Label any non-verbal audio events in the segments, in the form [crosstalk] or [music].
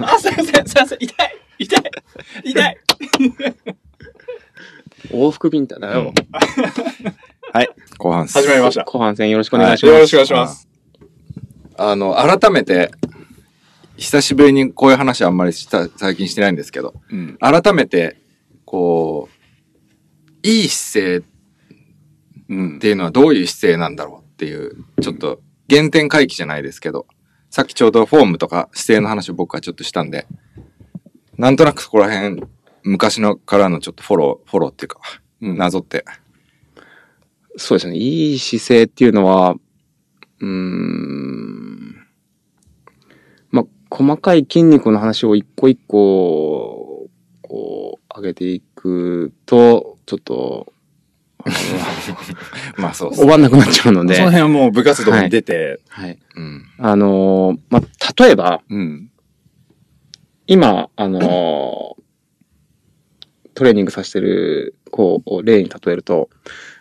あ、すいません、すいません、痛い、痛い、痛い。往復ビンタだよ。はい、後半っす始まりました。後半戦よろしくお願いしまよす。ろしくお願いします。あの、改めて、久しぶりにこういう話あんまりした、最近してないんですけど、うん。改めて、こう、いい姿勢うんっ。ていうのはどういう姿勢なんだろうっていう、ちょっと原点回帰じゃないですけど、さっきちょうどフォームとか姿勢の話を僕はちょっとしたんで、なんとなくそこら辺、昔のからのちょっとフォロー、フォローっていうか、うんなぞって。そうですね。いい姿勢っていうのは、うーん。まあ、細かい筋肉の話を一個一個、こう、上げていくと、ちょっと、まあそうです終。わんなくなっちゃうのそので、辺はもう部活動に出て、はい。うん。あのーまあ、例えば、うん。今、あのートレーニングさせてる子を例に例えると、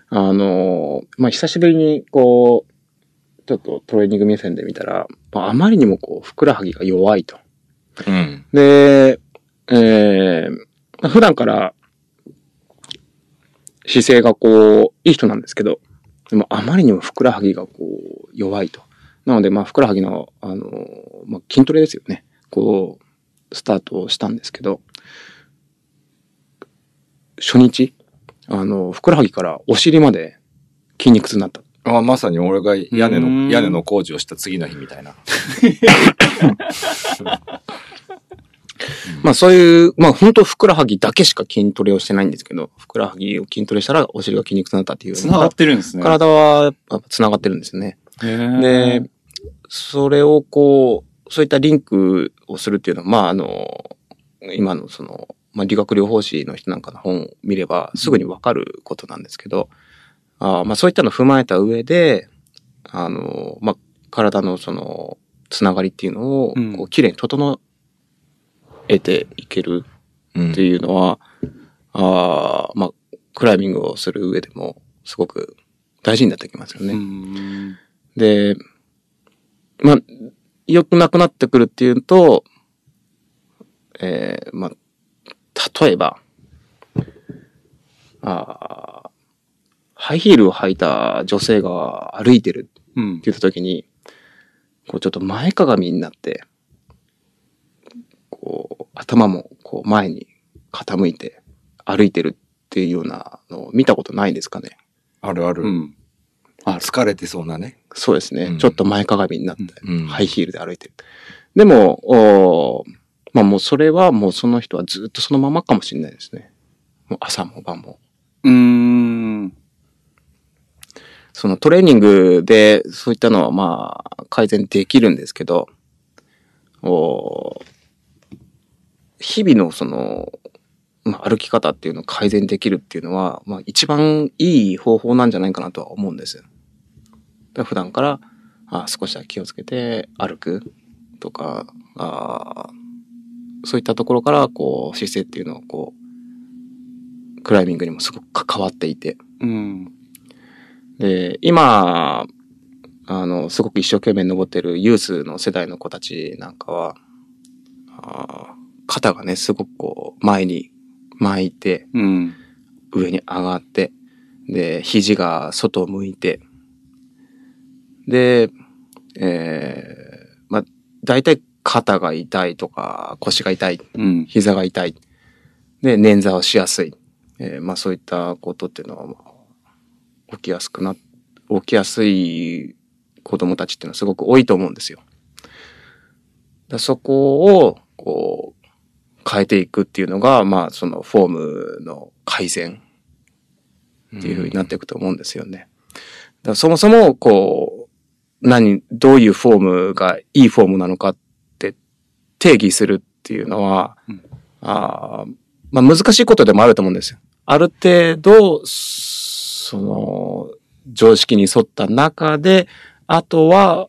あのーまあ、久しぶりに、こう、ちょっとトレーニング目線で見たら、まあ、あまりにもこう、ふくらはぎが弱いと。うん。で、えーまあ普段から、姿勢がこう、いい人なんですけど、でもあまりにもふくらはぎがこう、弱いと。なので、まあ、ふくらはぎの、あのー、まあ、筋トレですよね。こう、スタートをしたんですけど、初日、あの、ふくらはぎからお尻まで筋肉痛になった。あまさに俺が屋根うーんの、屋根の工事をした次の日みたいな。まあそういう、まあ本当ふくらはぎだけしか筋トレをしてないんですけど、ふくらはぎを筋トレしたらお尻が筋肉痛になったっていう。繋がってるんですね。体はやっぱ繋がってるんですよね。で、それをこう、そういったリンクをするっていうのは、まああの、今のその、まあ理学療法士の人なんかの本を見ればすぐにわかることなんですけど、あーまあそういったのを踏まえた上で、あの、まあ体のその、つながりっていうのをうんこう綺麗に整えていけるうんっていうのは、ああ、まあ、クライミングをする上でも、すごく大事になってきますよね。うん。で、まあ、良くなくなってくるっていうと、えー、まあ、例えば、あーハイヒールを履いた女性が歩いてるうんっ。て言った時に、こうちょっと前かがみになって、こう頭もこう前に傾いて歩いてるっていうようなのを見たことないですかね。あるあうる。ん。疲れてそうなね。そうですね。うんちょっと前かがみになって、うんハイヒールで歩いてる。でも、おーまあもうそれはもうその人はずっとそのままかもしれないですね。もう朝も晩も。うん。そのトレーニングでそういったのはまあ改善できるんですけど、お日々のその、まあ、歩き方っていうのを改善できるっていうのは、まあ一番いい方法なんじゃないかなとは思うんです。だから普段からあ少しは気をつけて歩くとか、あそういったところからこう姿勢っていうのをこう、クライミングにもすごく関わっていて、うん。で、今、あの、すごく一生懸命登ってるユースの世代の子たちなんかは、あー肩がね、すごくこう、前に巻いて、うん。上に上がって、で、肘が外を向いて、で、えー、まあ、大体肩が痛いとか、腰が痛いうん。膝が痛い。で、捻挫をしやすい。えーまあそういったことっていうのは、まあ起きやすくな、起きやすい子供たちっていうのはすごく多いと思うんですよ。だそこを、こう、変えていくっていうのが、まあそのフォームの改善っていう風になっていくと思うんですよね。だからそもそも、こう、何、どういうフォームがいいフォームなのかって定義するっていうのは、うんあーまあ難しいことでもあると思うんですよ。ある程度、その、常識に沿った中で、あとは、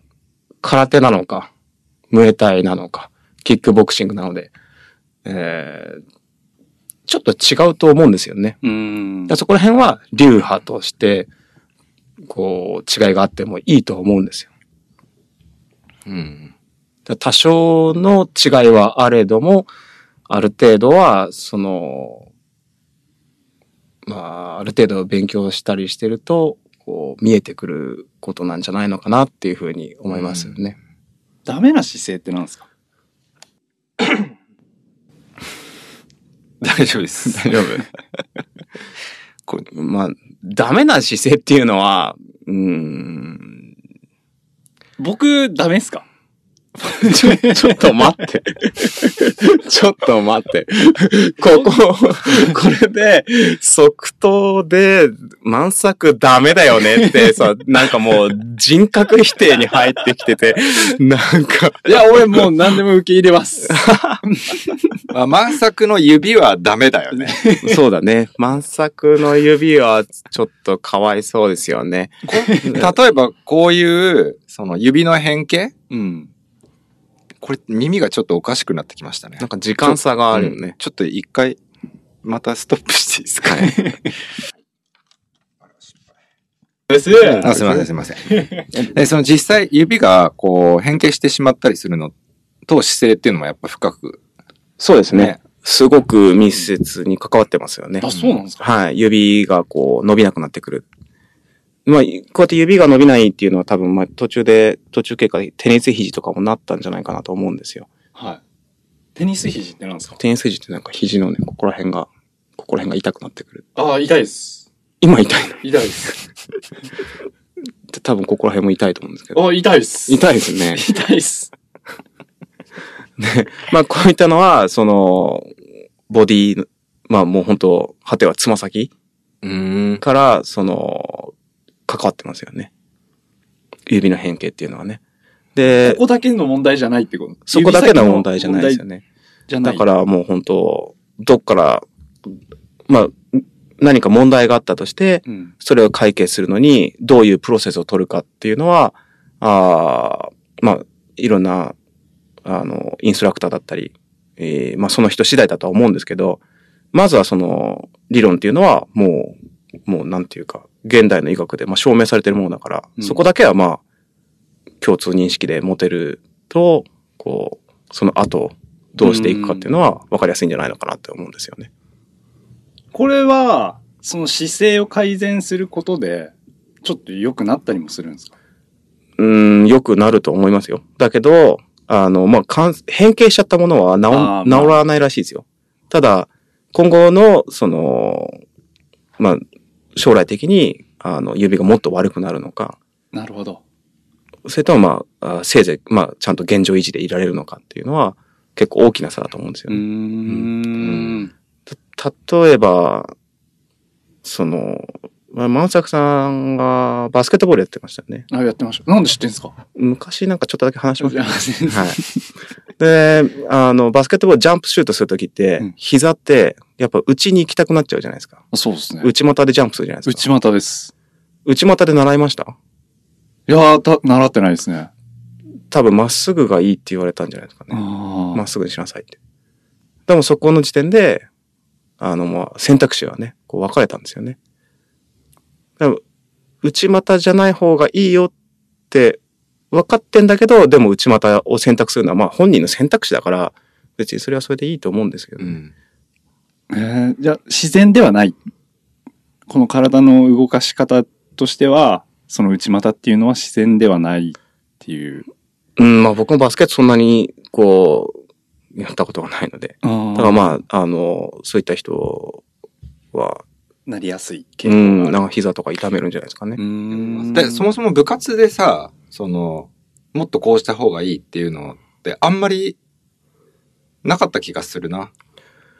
空手なのか、ムエタイなのか、キックボクシングなので、えーちょっと違うと思うんですよね。うんだからそこら辺は流派として、こう、違いがあってもいいと思うんですよ。うん。だ多少の違いはあれども、ある程度は、その、まあ、ある程度勉強したりしてると、こう、見えてくることなんじゃないのかなっていうふうに思いますよね。ダメな姿勢ってなんですか大丈夫です。大丈夫。こうまあ、ダメな姿勢っていうのは、うーん、僕、ダメっすか [laughs] ちょ、ちょっと待って。 [laughs] ちょっと待って。こ [laughs] こ、これで、即答で、満作ダメだよねってさ、なんかもう人格否定に入ってきてて、なんか、いや、俺もう何でも受け入れ [laughs] ます。まあ、満作の指はダメだよ [laughs] ね。そうだね。満作の指はちょっとかわいそうですよね。例えば、こういう、その指の変形うん。これ、耳がちょっとおかしくなってきましたねな。んか時間差があるようんね。ちょっと一回、またストップしていいですかです。 [laughs] あすみません、すみません。 [laughs] で、その実際、指がこう、変形してしまったりするのと姿勢っていうのもやっぱ深く、そうですね。すごく密接に関わってますよね。あ、そうなんですかはい。指がこう伸びなくなってくる。まあ、こうやって指が伸びないっていうのは多分、まあ途中で、途中経過でテニス肘とかもなったんじゃないかなと思うんですよ。はい。テニス肘ってなんですかテニス肘ってなんか肘のね、ここら辺が、ここら辺が痛くなってくる。ああ、痛いです。今痛いの痛いです。多分ここら辺も痛いと思うんですけど。あ痛いです。痛いですね。痛いです。まあこういったのは、その、ボディの、まあもう本当果てはつま先うん。から、その、関わってますよね。指の変形っていうのはね。でこ、こだけの問題じゃないってことそこだけの問題じゃないですよね。じゃなだい。からもう本当、どっから、まあ、何か問題があったとして、うん。それを解決するのに、どういうプロセスを取るかっていうのは、ああ、まあ、いろんな、あの、インストラクターだったり、えーまあその人次第だとは思うんですけど、まずはその理論っていうのはもう、もうなんていうか、現代の医学で、まあ、証明されてるものだから、うんそこだけはまあ、共通認識で持てると、こう、その後、どうしていくかっていうのは分かりやすいんじゃないのかなって思うんですよね。これは、その姿勢を改善することで、ちょっと良くなったりもするんですかうーん、良くなると思いますよ。だけど、あの、まあ、完変形しちゃったものは治あーんまあ治らないらしいですよ。ただ、今後の、その、まあ、将来的に、あの、指がもっと悪くなるのか、なるほど。それとも、まあ、あせいぜい、まあ、ちゃんと現状維持でいられるのかっていうのは、結構大きな差だと思うんですようーね。ん。た例えば、その、まあ万作さんがバスケットボールやってましたよね。あ、やってました。なんで知ってんすか昔なんかちょっとだけ話しましたよね全然はい。で、あの、バスケットボールジャンプシュートするときって、うん膝って、やっぱ内に行きたくなっちゃうじゃないですか。 [laughs] そうですね。内股でジャンプするじゃないですか。内股です。内股で習いましたいやー、た、習ってないですね。多分まっすぐがいいって言われたんじゃないですかね。あまっすぐにしなさいって。でもそこの時点で、あの、まあ、選択肢はね、こう分かれたんですよね。でも内股じゃない方がいいよって分かってんだけど、でも内股を選択するのは、まあ本人の選択肢だから、別にそれはそれでいいと思うんですけどうね、ん。えーじゃあ自然ではない。この体の動かし方としては、その内股っていうのは自然ではないっていう。うん、まあ僕もバスケットそんなに、こう、やったことがないので。あただからまあ、あの、そういった人は、なりやすい傾う向ん、があなるんか膝とか痛めるんじゃないですかね。うんで、そもそも部活でさ、その、もっとこうした方がいいっていうのって、あんまり、なかった気がするな。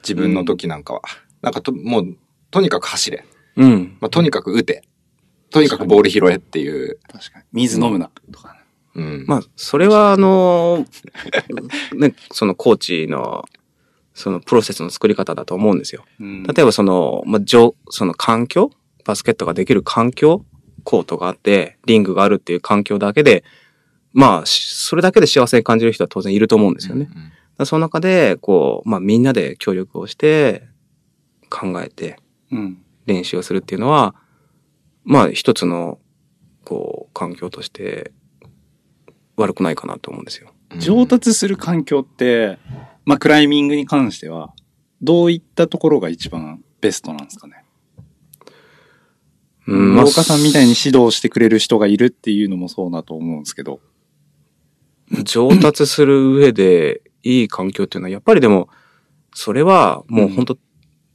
自分の時なんかは。なんかと、もう、とにかく走れ。うん。まあ、とにかく打て。とにかくボール拾えっていう。確かに。水飲むな。とかね。うん。まあ、それは [laughs] あの、ね、そのコーチの、そのプロセスの作り方だと思うんですよ。うん例えばその、まあ、上、その環境、バスケットができる環境、コートがあって、リングがあるっていう環境だけで、まあ、しそれだけで幸せに感じる人は当然いると思うんですよね。うんだからその中で、こう、まあみんなで協力をして、考えてうん。練習をするっていうのは、まあ一つの、こう、環境として悪くないかなと思うんですよ。上達する環境って、まあ、クライミングに関しては、どういったところが一番ベストなんですかね。うん農まあ家さんみたいに指導してくれる人がいるっていうのもそうだと思うんですけど。上達する上でいい環境っていうのは、やっぱりでも、それはもう本当、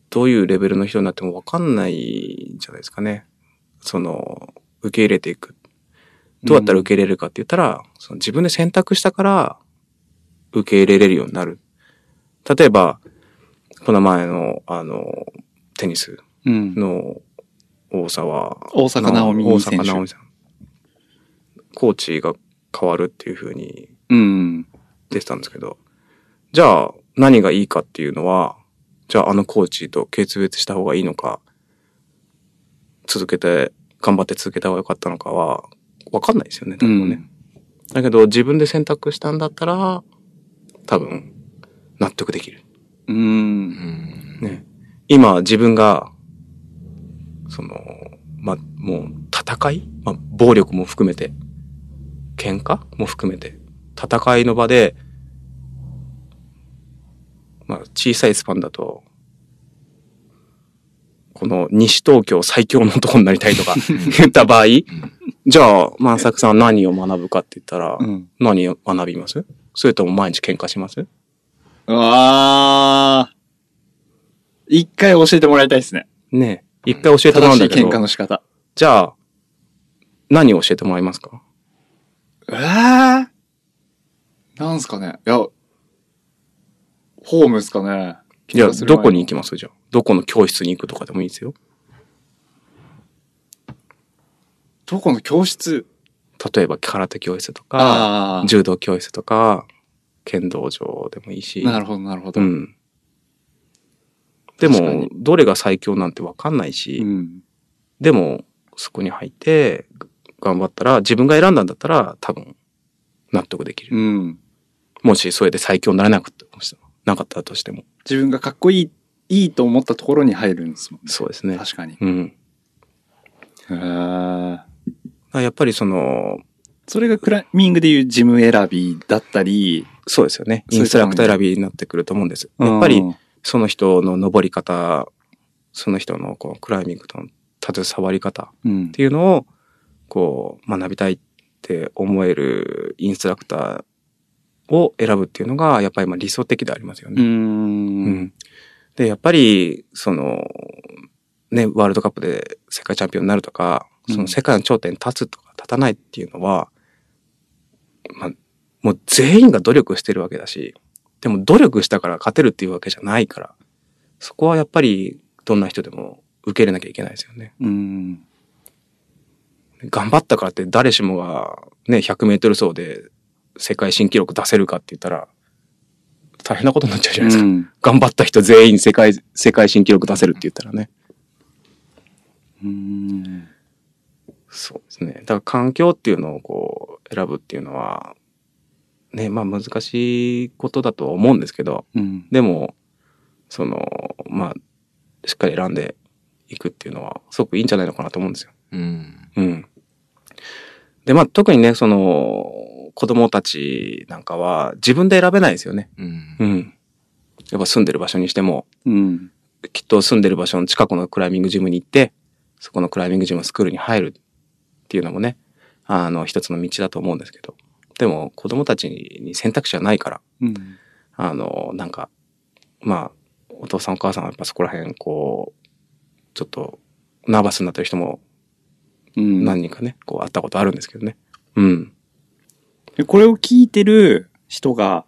どういうレベルの人になってもわかんないんじゃないですかね。その、受け入れていく。どうやったら受け入れるかって言ったら、その自分で選択したから、受け入れれるようになる。例えば、この前の、あの、テニスうん。の大沢大阪直美大選阪手直美さん。コーチが変わるっていうふうにうん。出てたんですけど、じゃあ何がいいかっていうのは、じゃああのコーチと決別した方がいいのか、続けて、頑張って続けた方が良かったのかは、わかんないですよね、多分ね。だけど自分で選択したんだったら、多分、納得できる。う。うんん。ね。今自分が、その、ま、もう戦い、ま、暴力も含めて、喧嘩も含めて、戦いの場で、まあ、小さいスパンだと、この西東京最強の男になりたいとか言った場合、じゃあ、万作さんは何を学ぶかって言ったら、うん。何を学びますそれとも毎日喧嘩しますああ。一回教えてもらいたいですね。ねえ一回教えてもらう正しんいだけど。喧嘩の仕方。じゃあ、何を教えてもらえますかええー。なんすかね。いや、ホームですかね。いや、どこに行きまますじゃあ。どこの教室に行くとかでもいいですよ。どこの教室例えば、空手教室とか、あ柔道教室とか、剣道場でもいいし。あ。なるほど、なるほど。うん。で確かもに、どれが最強なんてわかんないし、うんでも、そこに入って、頑張ったら、自分が選んだんだったら、多分、納得できる。うん。もし、それで最強になれなかったとしてもなかったとしても。自分がかっこいい、いいと思ったところに入るんですもんそうですねね。。確かに。うん。だからやっぱりその、それがクライミングでいうジム選びだったり、そうですよね。そうイいうンストラクター選びになってくると思うんです。やっぱり、その人の登り方、その人のこうクライミングとの携わり方っうん、ていうのを、こう、学びたいって思えるインストラクターを選ぶっていうのが、やっぱりまあ理想的でありますよう。ね。うんんで、やっぱり、その、ね、ワールドカップで世界チャンピオンになるとか、うんその世界の頂点に立つとか立たないっていうのは、まあ、もう全員が努力してるわけだし、でも努力したから勝てるっていうわけじゃないから、そこはやっぱりどんな人でも受け入れなきゃいけないですよね。うん。頑張ったからって誰しもがね、100メートル走で世界新記録出せるかって言ったら、大変なことになっちゃうじゃないですか。頑張った人全員世界、世界新記録出せるって言ったらね。うん。そうですね。だから環境っていうのをこう選ぶっていうのは、ね、まあ難しいことだとは思うんですけど、うん。でも、その、まあ、しっかり選んでいくっていうのは、すごくいいんじゃないのかなと思うんですよ。うん。うん。で、まあ特にね、その、子供たちなんかは自分で選べないですよね。うんう。ん。やっぱ住んでる場所にしても、うん。きっと住んでる場所の近くのクライミングジムに行って、そこのクライミングジムのスクールに入るっていうのもね、あの、一つの道だと思うんですけど。でも、子供たちに選択肢はないから、うん。あの、なんか、まあ、お父さんお母さんはやっぱそこら辺、こう、ちょっと、ナーバスになってる人もうん何人かね、こう、会ったことあるんですけどね。うん。でこれを聞いてる人が、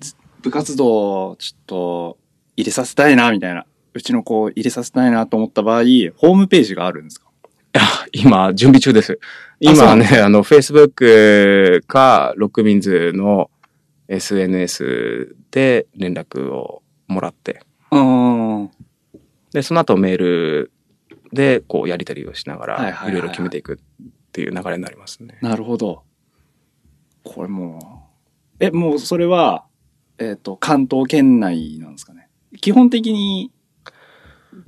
ず部活動、ちょっと、入れさせたいな、みたいな。うちの子を入れさせたいなと思った場合、ホームページがあるんですかいや今、準備中です。今はね、あの、Facebook か、ロックミンズの SNS で連絡をもらって、うん。で、その後メールで、こう、やり取りをしながはいはいはいら、はいいろいろ決めていくっていう流れになりますね。なるほど。これもう、え、もうそれは、えっ、と、関東圏内なんですかね。基本的に、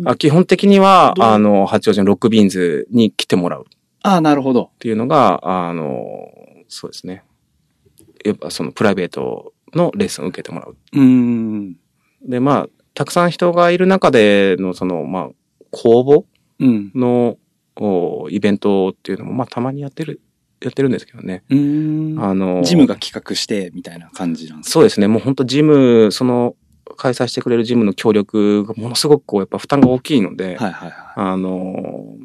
あ基本的には、どうあの、八王子のロックビーンズに来てもらうっああ、なるほど。ていうのが、あの、そうですね。やっぱそのプライベートのレッスンを受けてもらう。うん。で、まあ、たくさん人がいる中での、その、まあ、公募うん。のおイベントっていうのも、まあ、たまにやってる、やってるんですけどね。うん。あの、ジムが企画して、みたいな感じなんですかそうですね。もう本当ジム、その、開催してくれるジムの協力がものすごくこう、やっぱ負担が大きいので、はいはいはあの、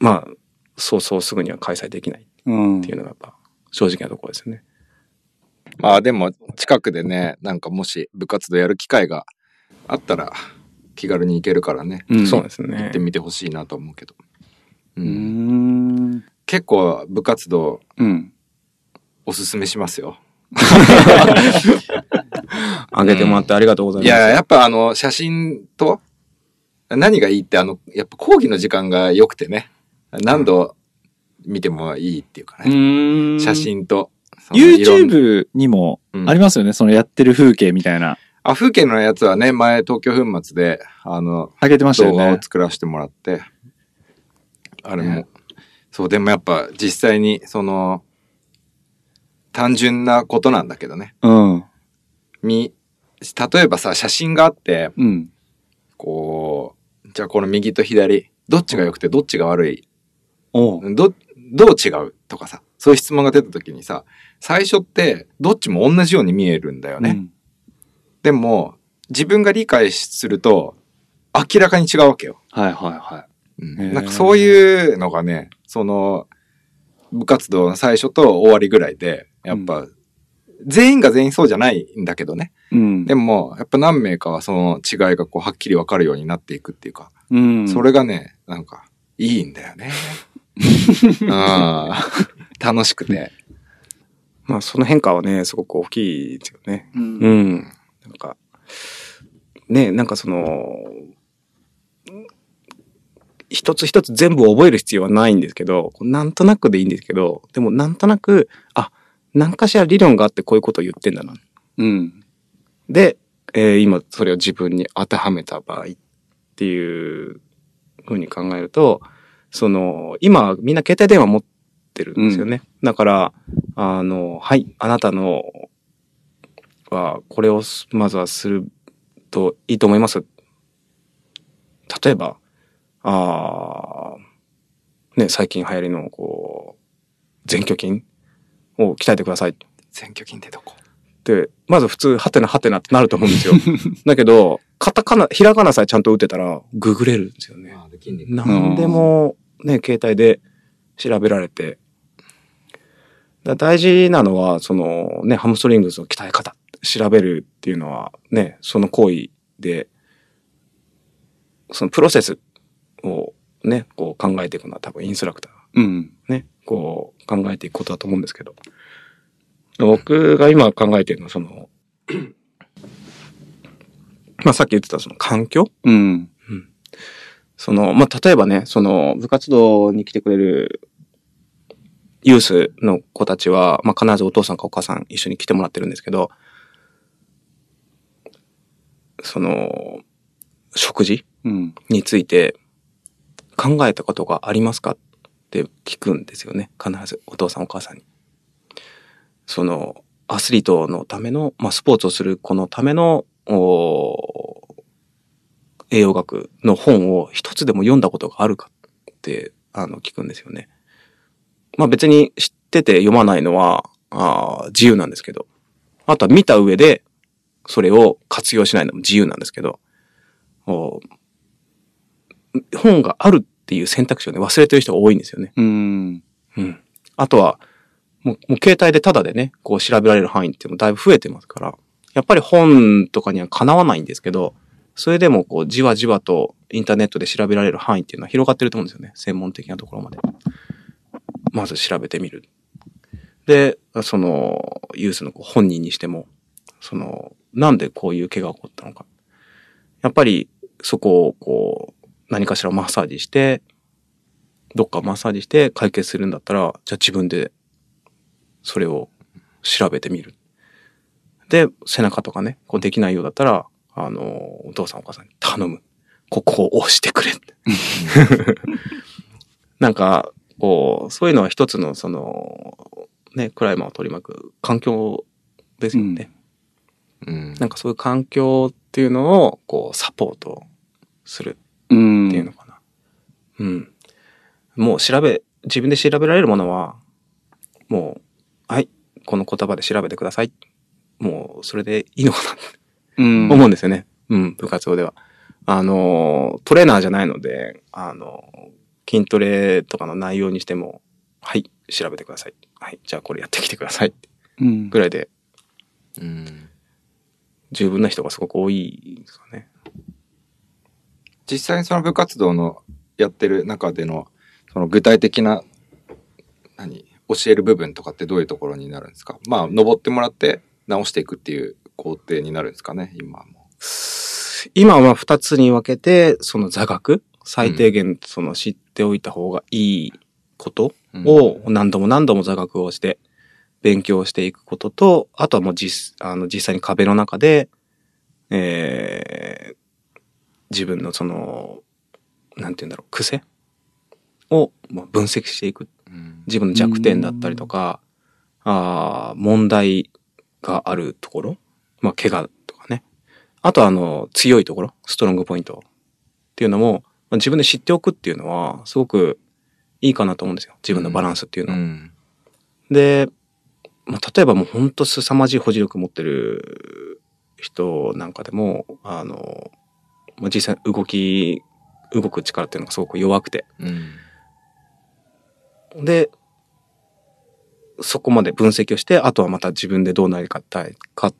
まあ、そうそうすぐには開催できないっい。うん。ていうのがやっぱ、正直なところですよね。まあでも近くでね、なんかもし部活動やる機会があったら気軽に行けるからね、うんそうですね。行ってみてほしいなと思うけど。う、うんん。結構部活動うん。おすすめしますよ。あげてもらってありがとうございいます。や、やっぱあの写真と何がいいってあの、やっぱ講義の時間が良くてね、何度見てもいいっていうかね、うん写。真と。そのいろんな YouTube にもうんありますよね、そのやってる風景みたいな。あ、風景のやつはね、前東京粉末で、あの、あげてましたよ動画ねを。作らせてもらって、あれねも、そう、でもやっぱ実際に、その、単純なことなんだけどね。うん。み、例えばさ、写真があって、うん。こう、じゃあこの右と左、どっちが良くてどっちが悪い、おう。ど、どう違うとかさ、そういう質問が出た時にさ、最初ってどっちも同じように見えるんだよね。うん。でも、自分が理解すると、明らかに違うわけよ。はいはいはうんへーなんかそういうのがね、その、部活動の最初と終わりぐらいで、やっぱ、全員が全員そうじゃないんだけどね。い。うん。でも、やっぱ何名かはその違いがこう、はっきりわかるようになっていくっていうか、うん。それがね、なんか、いいんだよ [laughs] ね。うん楽しくて。まあ、その変化はね、すごく大きいですよね。う。うんん。なんか、ね、なんかその、一つ一つ全部覚える必要はないんですけど、こうなんとなくでいいんですけど、でもなんとなく、あ、何かしら理論があってこういうことを言ってんだな。うん。で、えー今それを自分に当てはめた場合っていうふうに考えると、その、今みんな携帯電話持ってるんですよね。だから、あの、はい、あなたのは、これをすまずはするといいと思います。例えば、あーね、最近流行りの、こう、前鋸筋を鍛えてください。選挙金ってどこって、まず普通、ハテナハテナってなると思うんですよ。だけど、カタカナ、ひらがなさえちゃんと打てたら、ググれるんですよね。あ、で筋肉。なんでも、ね、携帯で調べられて。だ大事なのは、その、ね、ハムストリングスの鍛え方、調べるっていうのは、ね、その行為で、そのプロセスをね、こう考えていくのは多分インストラクターうん。ね、こう考えていくことだと思うんですけど。僕が今考えてるのは、その、まあさっき言ってたその環境うん。その、まあ例えばね、その部活動に来てくれるユースの子たちは、まあ必ずお父さんかお母さん一緒に来てもらってるんですけど、その、食事うん。について考えたことがありますかって聞くんですよね。必ずお父さんお母さんに。そのアスリートのための、まあ、スポーツをする子のためのおー栄養学の本を一つでも読んだことがあるかってあの聞くんですよね。まあ別に知ってて読まないのはあー自由なんですけど、あとは見た上でそれを活用しないのも自由なんですけど、お本があるっていう選択肢をね、忘れてる人が多いんですよね。うん。うん。あとは、もう、もう携帯でタダでね、こう調べられる範囲っていうのもだいぶ増えてますから、やっぱり本とかにはかなわないんですけど、それでもこう、じわじわとインターネットで調べられる範囲っていうのは広がってると思うんですよね。専門的なところまで。まず調べてみる。で、その、ユースのこう本人にしても、その、なんでこういう怪我が起こったのか。やっぱり、そこをこう、何かしらマッサージして、どっかマッサージして解決するんだったら、じゃあ自分でそれを調べてみる。で、背中とかね、こうできないようだったら、あの、お父さんお母さんに頼む。ここを押してくれって。なんか、こう、そういうのは一つの、その、ね、クライマーを取り巻く環境ですよね。うん。なんかそういう環境っていうのを、こう、サポートするうん。っていうのかな。うん。もう調べ、自分で調べられるものは、もう、はい、この言葉で調べてください。もう、それでいいのかなってうん。思うんですよね。うん、部活動では。あの、トレーナーじゃないので、あの、筋トレとかの内容にしても、はい、調べてください。はい、じゃあこれやってきてください。うんぐらいで、うん十分な人がすごく多いですかね。実際にその部活動のやってる中での、その具体的な、何、教える部分とかってどういうところになるんですかまあ、登ってもらって直していくっていう工程になるんですかね、今はも今は二つに分けて、その座学、最低限その知っておいた方がいいことう。うん、を何度も何度も座学をして勉強していくことと、あとはもう実、あの実際に壁の中で、えー、自分のその、なんて言うんだろう、癖をまあ分析していく。うん自分の弱点だったりとか、あー問題があるところ、まあ、怪我とかね。あとはあの、強いところ、ストロングポイントっていうのも、まあ、自分で知っておくっていうのは、すごくいいかなと思うんですよ。自分のバランスっていううのは。ん。で、まあ、例えばもうほんと凄まじい保持力持ってる人なんかでも、あの、まあ、実際動き、動く力っていうのがすごく弱くて、うん。で、そこまで分析をして、あとはまた自分でどうなりたいかっ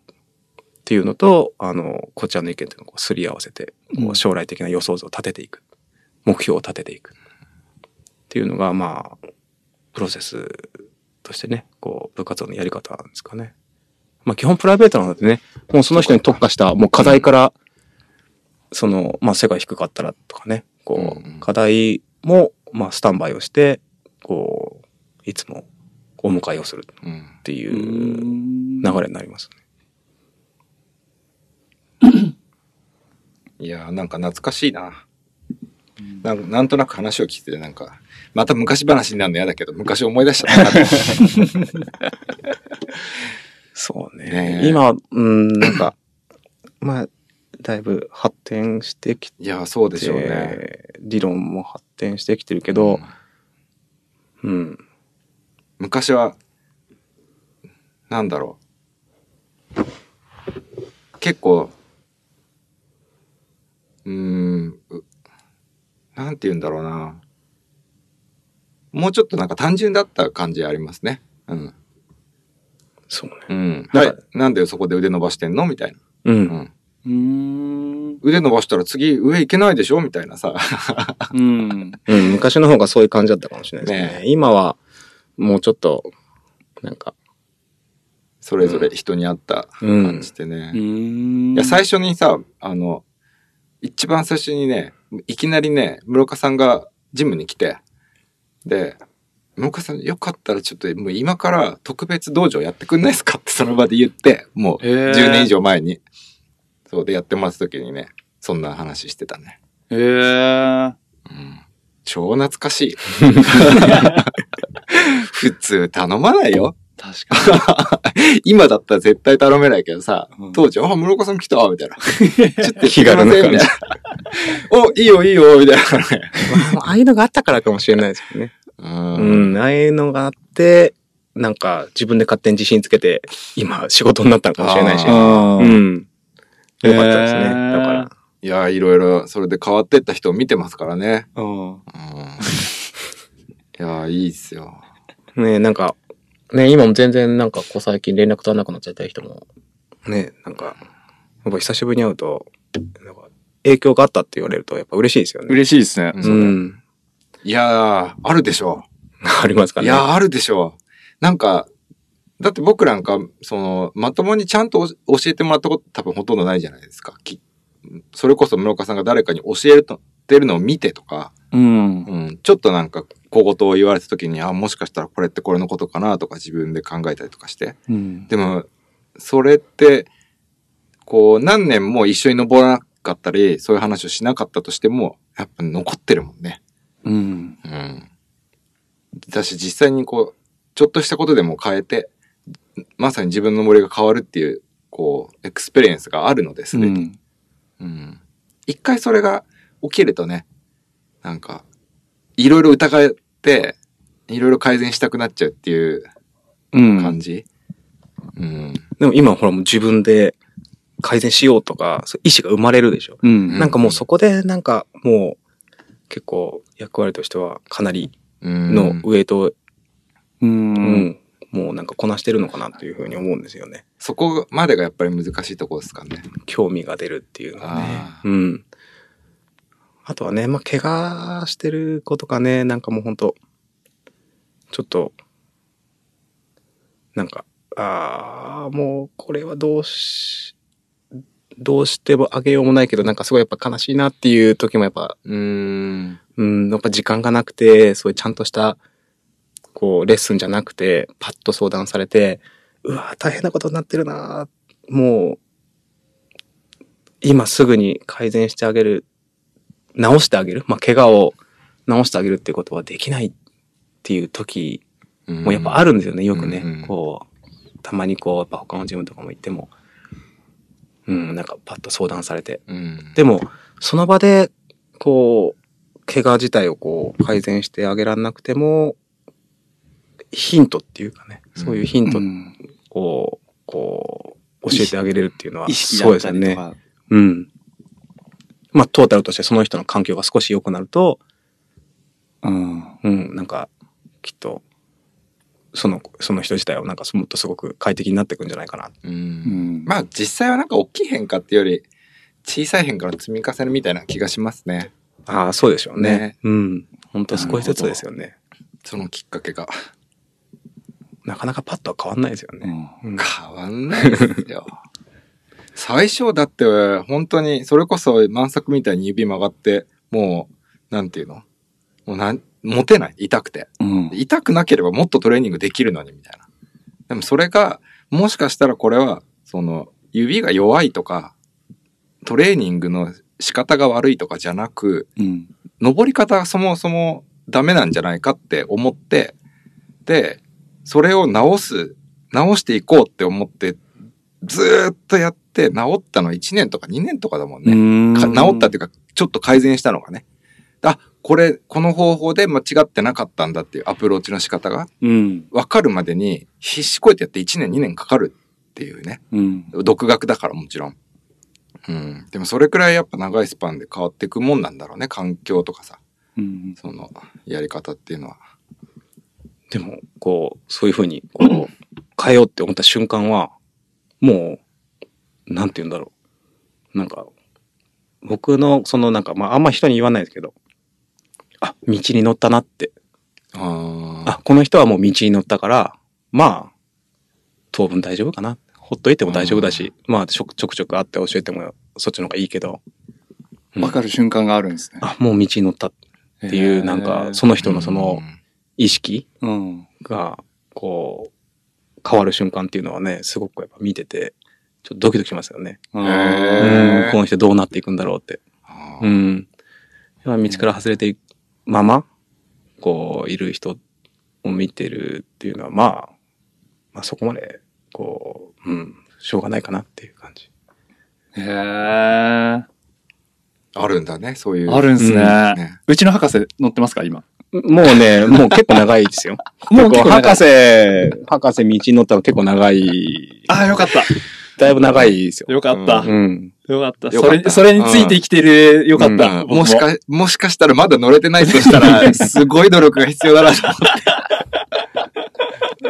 ていうのと、あの、こちらの意見というのをこうすり合わせて、こうんう将来的な予想図を立てていく。目標を立てていく。っていうのが、まあ、プロセスとしてね、こう、部活動のやり方なんですかね。まあ、基本プライベートなのでね、もうその人に特化した、もう課題から、その、まあ、背が低かったらとかね、こうんうんう、課題も、まあ、スタンバイをして、こう、いつもお迎えをするうん。っていうう流んれになりますね。いやーなんか懐かしいな。なんかなんとなく話を聞いてて、なんか、また昔話になるの嫌だけど、昔思い出しちゃったな。そうね。ねえ今、うん、なんか、 [coughs] まあ、だいぶ発展してきて、いやーそうでしょうね。理論も発展してきてるけど、うん。昔は、なんだろう。結構、うーん、うなんて言うんだろうな。もうちょっとなんか単純だった感じありますね。うん。そうね。うん。なんかはい。なんでそこで腕伸ばしてんのみたいな。う。うんん。うん。腕伸ばしたら次上行けないでしょみたいなさ。 [laughs] うん。うん、昔の方がそういう感じだったかもしれないですね。ね今は、もうちょっと、なんか、それぞれ人に合った感じでね。うんいや、最初にさ、あの、一番最初にね、いきなりね、室岡さんがジムに来て、で、室岡さんよかったらちょっともう今から特別道場やってくんないですかってその場で言って、もうへー10年以上前に。そうでやってもらった時にね、そんな話してたね。へえ。うん。超懐 [laughs] かしい。 [laughs] 普通頼まないよ。確か今だったら絶対頼めないけどさ、 [laughs] うん当時、あ、室岡さん来たみたいな。気軽な感じ。 [laughs] お、いいよ、いいよ、みたいなね。まあああいうのがあったからかもしれないですよね。うんうん、ああいうのがあって、なんか自分で勝手に自信つけて、今仕事になったのかもしれないし。あに。う。ん。へーよかったですね。だから。いや、いろいろ、それで変わってった人を見てますからね。うん。うん、 [laughs] いや、いいっすよ。ねなんか、ね今も全然なんかこう最近連絡取らなくなっちゃった人も、ねなんか、やっぱ久しぶりに会うと、なんか影響があったって言われるとやっぱ嬉しいですよね。嬉しいですね。うんうそれん。 [laughs] いやー、あるでしょありますかう。いね。やー、あるでしょう。なんか、だって僕なんか、その、まともにちゃんとお教えてもらったこと多分ほとんどないじゃないですか。きそれこそ室岡さんが誰かに教えてるのを見てとか、うん。うん、ちょっとなんか小言を言われた時に、あ、もしかしたらこれってこれのことかなとか自分で考えたりとかして。うん。でも、それって、こう、何年も一緒に登らなかったり、そういう話をしなかったとしても、やっぱ残ってるもんね。うん。うん。だし、実際にこう、ちょっとしたことでも変えて、まさに自分の森が変わるっていう、こう、エクスペリエンスがあるのですうね。ん。うん。一回それが起きるとね、なんか、いろいろ疑って、いろいろ改善したくなっちゃうっていううん感。じ。うん。でも今ほらもう自分で改善しようとか、そう意思が生まれるでしょ。うん。なんかもうそこでなんかもう結構役割としてはかなりうん。のウエイトを、う。うんんもうなんかこなしてるのかなというふうに思うんですよね。そこまでがやっぱり難しいとこですかね。興味が出るっていうのはね。ああうん。あとはね、まあ、怪我してる子とかね、なんかもうほんと、ちょっと、なんか、ああ、もうこれはどうし、どうしてもあげようもないけど、なんかすごいやっぱ悲しいなっていう時もやっぱ、うん。うん、やっぱ時間がなくて、そういうちゃんとした、こう、レッスンじゃなくて、パッと相談されて、うわー大変なことになってるなーもう、今すぐに改善してあげる、直してあげる、まあ、怪我を直してあげるってことはできないっていう時もやっぱある。るんですよね、よくね。うんうんこう、たまにこう、やっぱ他のジムとかも行っても、うん、なんかパッと相談されて、うん。でも、その場で、こう、怪我自体をこう、改善してあげられなくても、ヒントっていうかね、うんそういうヒントうんを、こう、教えてあげれるっていうのは、意識そだうでっすたよりとね。か。うん。まあ、トータルとしてその人の環境が少し良くなると、うん。うん、なんか、きっと、その、その人自体をなんかもっとすごく快適になっていくんじゃないかな。う。うんん。まあ実際はなんか大きい変化っていうより、小さい変化の積み重ねみたいな気がしますね。ああ、そうでしょうね。ねうん。本当少しずつですよね。そのきっかけが。なかなかパッとは変わんないですようね。んうん変わんないですよ。最初だって、本当に、それこそ満作みたいに指曲がって、もう、なんていうのもうなん、持てない。痛くて。うん。痛くなければもっとトレーニングできるのに、みたいな。でもそれが、もしかしたらこれは、その、指が弱いとか、トレーニングの仕方が悪いとかじゃなく、うん。登り方がそもそもダメなんじゃないかって思って、で、それを直す、直していこうって思って、ずーっとやって、治ったの1年とか2年とかだもんね。か治ったっていうか、ちょっと改善したのがね。あ、これ、この方法で間違ってなかったんだっていうアプローチの仕方が、うん。分かるまでに必死こいてやって1年2年かかるっていうね。うん。独学だからもちろん。うん。でもそれくらいやっぱ長いスパンで変わっていくもんなんだろうね。環境とかさ。うん。そのやり方っていうのは。でも、こう、そういうふうに、こう、変えようって思った瞬間は、もう、なんて言うんだろう。なんか、僕の、そのなんか、まあ、あんま人に言わないですけど、あ、道に乗ったなって。ああ、この人はもう道に乗ったから、まあ、当分大丈夫かな。ほっといても大丈夫だし、まあ、ちょくちょくちょく会って教えても、そっちの方がいいけど、わかる瞬間があるんですね。あ、もう道に乗ったっていうなんかその人のその意識うん。が、こう、変わる瞬間っていうのはね、すごくやっぱ見てて、ちょっとドキドキしますよね。へうんーこの人どうなっていくんだろうって。ううんん。やっぱ道から外れていくまま、こう、いる人を見てるっていうのは、まあ、まあそこまで、こう、うん、しょうがないかなっていう感じ。へえ。あるんだね、そういう。あるんすうんねね。うちの博士乗ってますか今。もうね、もう結構長いですよ。 [laughs] もう結構長い博士、博士道に乗ったの結構長 [laughs] い。ああ、よかった。だいぶ長いですよ。よかった。うよん。かった。よそかっれ、たそれについてきてる。よかっうた。んもしか、もしかしたらまだ乗れてないとしたら、すごい努力が必要だなと思って。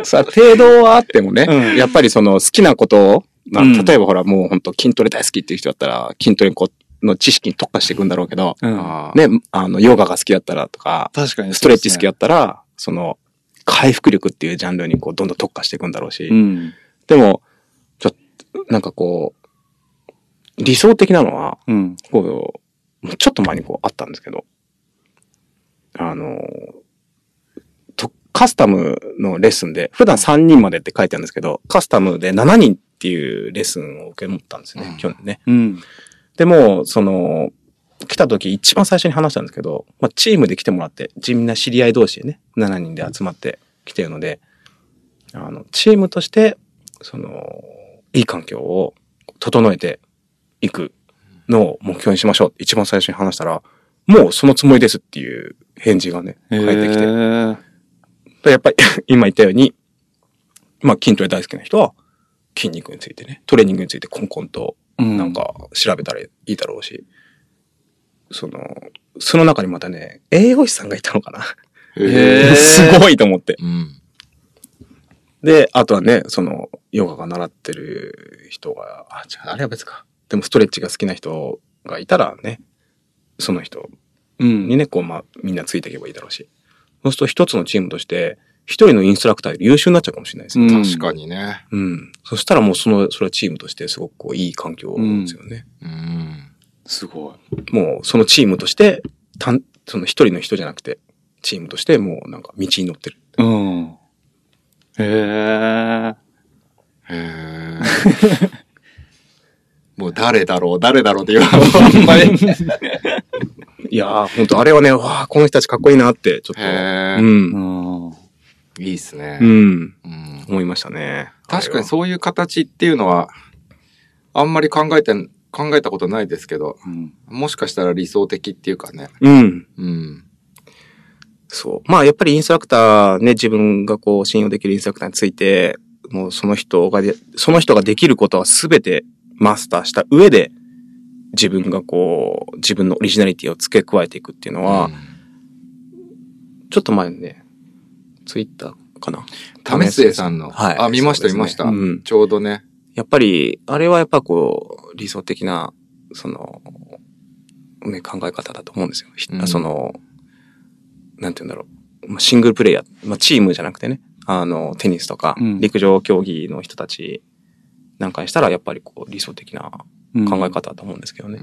さあ、程度はあってもね、うんやっぱりその好きなことを、まあ、うん例えばほら、もう本当筋トレ大好きっていう人だったら、筋トレにこうの知識に特化していくんだろうけど、うんあーね、あの、ヨガが好きだったらとか、確かに。ストレッチ好きだっったら、その、回復力っていうジャンルにこう、どんどん特化していくんだろうし、たうん。でも、ちょっと、なんかこう、理想的なのは、うん。こう、ちょっと前にこうあったんですけど、あの、とカスタムのレッスンで、普段3人までって書いてあるんですけど、カスタムで7人っていうレッスンを受け持ったんですよね、うん去年ね。うん。でも、その、来た時一番最初に話したんですけど、まあ、チームで来てもらって、みんな知り合い同士でね、7人で集まって来てるので、あの、チームとしてその、いい環境を整えていくのを目標にしましょうって一番最初に話したら、もうそのつもりですっていう返事がね、返ってきて。ーでやっぱり [laughs] 今言ったように、まあ筋トレ大好きな人は筋肉についてね、トレーニングについてコンコンとうんなんか調べたらいいだろうし、その、その中にまたね、栄養士さんがいたのかな。へー [laughs] すごいと思って。うん。で、あとはね、その、ヨガが習ってる人が、あ、違う、あれは別か。でもストレッチが好きな人がいたらね、その人うんにね、こう、まあ、みんなついていけばいいだろうし。そうすると一つのチームとして、一人のインストラクターより優秀になっちゃうかもしれないですよ。うん確かにね。うん。そしたらもうその、それはチームとしてすごくこう、いい環境ですよね。うん。すごい。もう、そのチームとして、たん、その一人の人じゃなくて、チームとしてもうなんか道に乗ってる。うん。へえ。へえ。もう誰だろう、誰だろうって言われいやー、本当あれはね、わあこの人たちかっこいいなって、ちょっと。へうえ。んう。ん。いいっすねう。ん。うん思いましたね。確かにそういう形っていうのは、あんまり考えて、考えたことないですけど、うん。もしかしたら理想的っていうかね。う。うん。うん。そう。まあ、やっぱりインストラクターね、自分がこう、信用できるインストラクターについて、もうその人がで、その人ができることは全てマスターした上で、自分がこう、自分のオリジナリティを付け加えていくっていうのは、ちょっと前にね、ツイッターかな。為末さんの。はいあ、見ましそうでた、すね見ましたうん。ちょうどね。やっぱり、あれはやっぱこう、理想的な、その、ね、考え方だと思うんですよ。ひうんその、なんて言うんだろう。まあ、シングルプレイヤー、まあ、チームじゃなくてね、あの、テニスとかう、ん陸上競技の人たちなんかにしたら、やっぱりこう、理想的な考え方だと思うんですけどうね。ん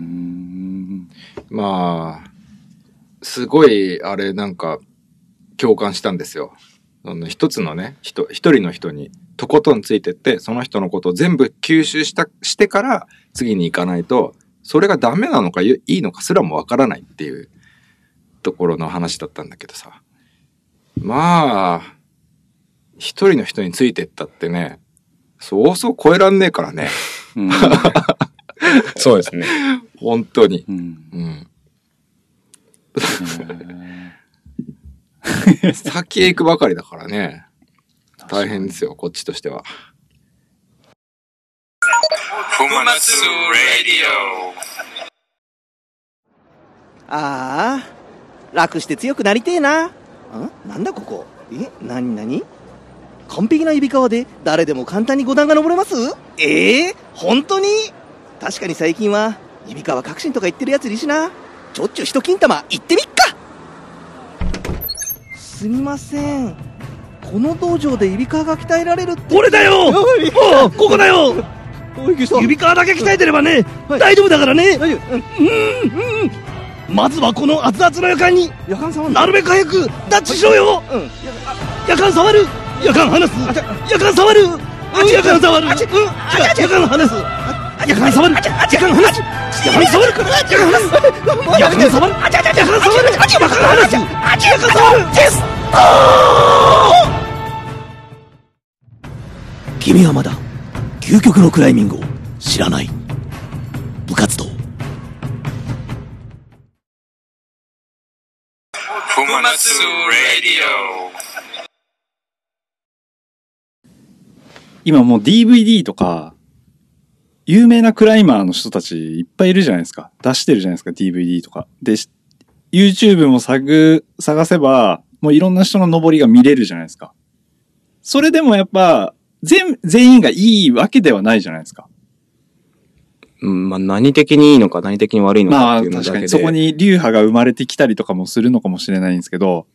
うん。ん。まあ、すごい、あれ、なんか、共感したんですよ。あの一つのね、人、一人の人に、とことんついてって、その人のことを全部吸収した、してから、次に行かないと、それがダメなのか、いいいのかすらもわからないっていう、ところの話だったんだけどさ。まあ、一人の人についてったってね、そうそう超えらんねえからね。うん。そうですね。本当に。うん。うん。へ先へ行くばかりだからね。大変ですよ、こっちとしては。ああ、楽して強くなりてえな。んなんだここ。え、なになに完璧な指輪で誰でも簡単に五段が登れますええ本当に確かに最近は、指輪革新とか言ってるやついるしな。ちょっちゅう一金玉行ってみっかすみません。この道場で指輪が鍛えられるって。俺だよおうここだよおい、指皮だけ鍛えてればね、はい大丈夫だからね大丈夫。うんまずはこの熱々の夜間に、夜間様なるべく早くダッチしろようん。や夜間触る夜間離す夜間触る夜間触る違う夜間離す夜間触る夜間離す夜間触る夜間離す夜間触る夜間触る夜間離す夜間触るです君はまだ究極のクライミングを知らない部活動今もう DVD とか、有名なクライマーの人たちいっぱいいるじゃないですか。出してるじゃないですか、DVD とか。で、し YouTube も探、探せば、もういろんな人の登りが見れるじゃないですか。それでもやっぱ、全、全員がいいわけではないじゃないですか。うん、まあ、何的にいいのか、何的に悪いのまかっあていうの確だかけにで。そこに流派が生まれてきたりとかもするのかもしれないんですけど、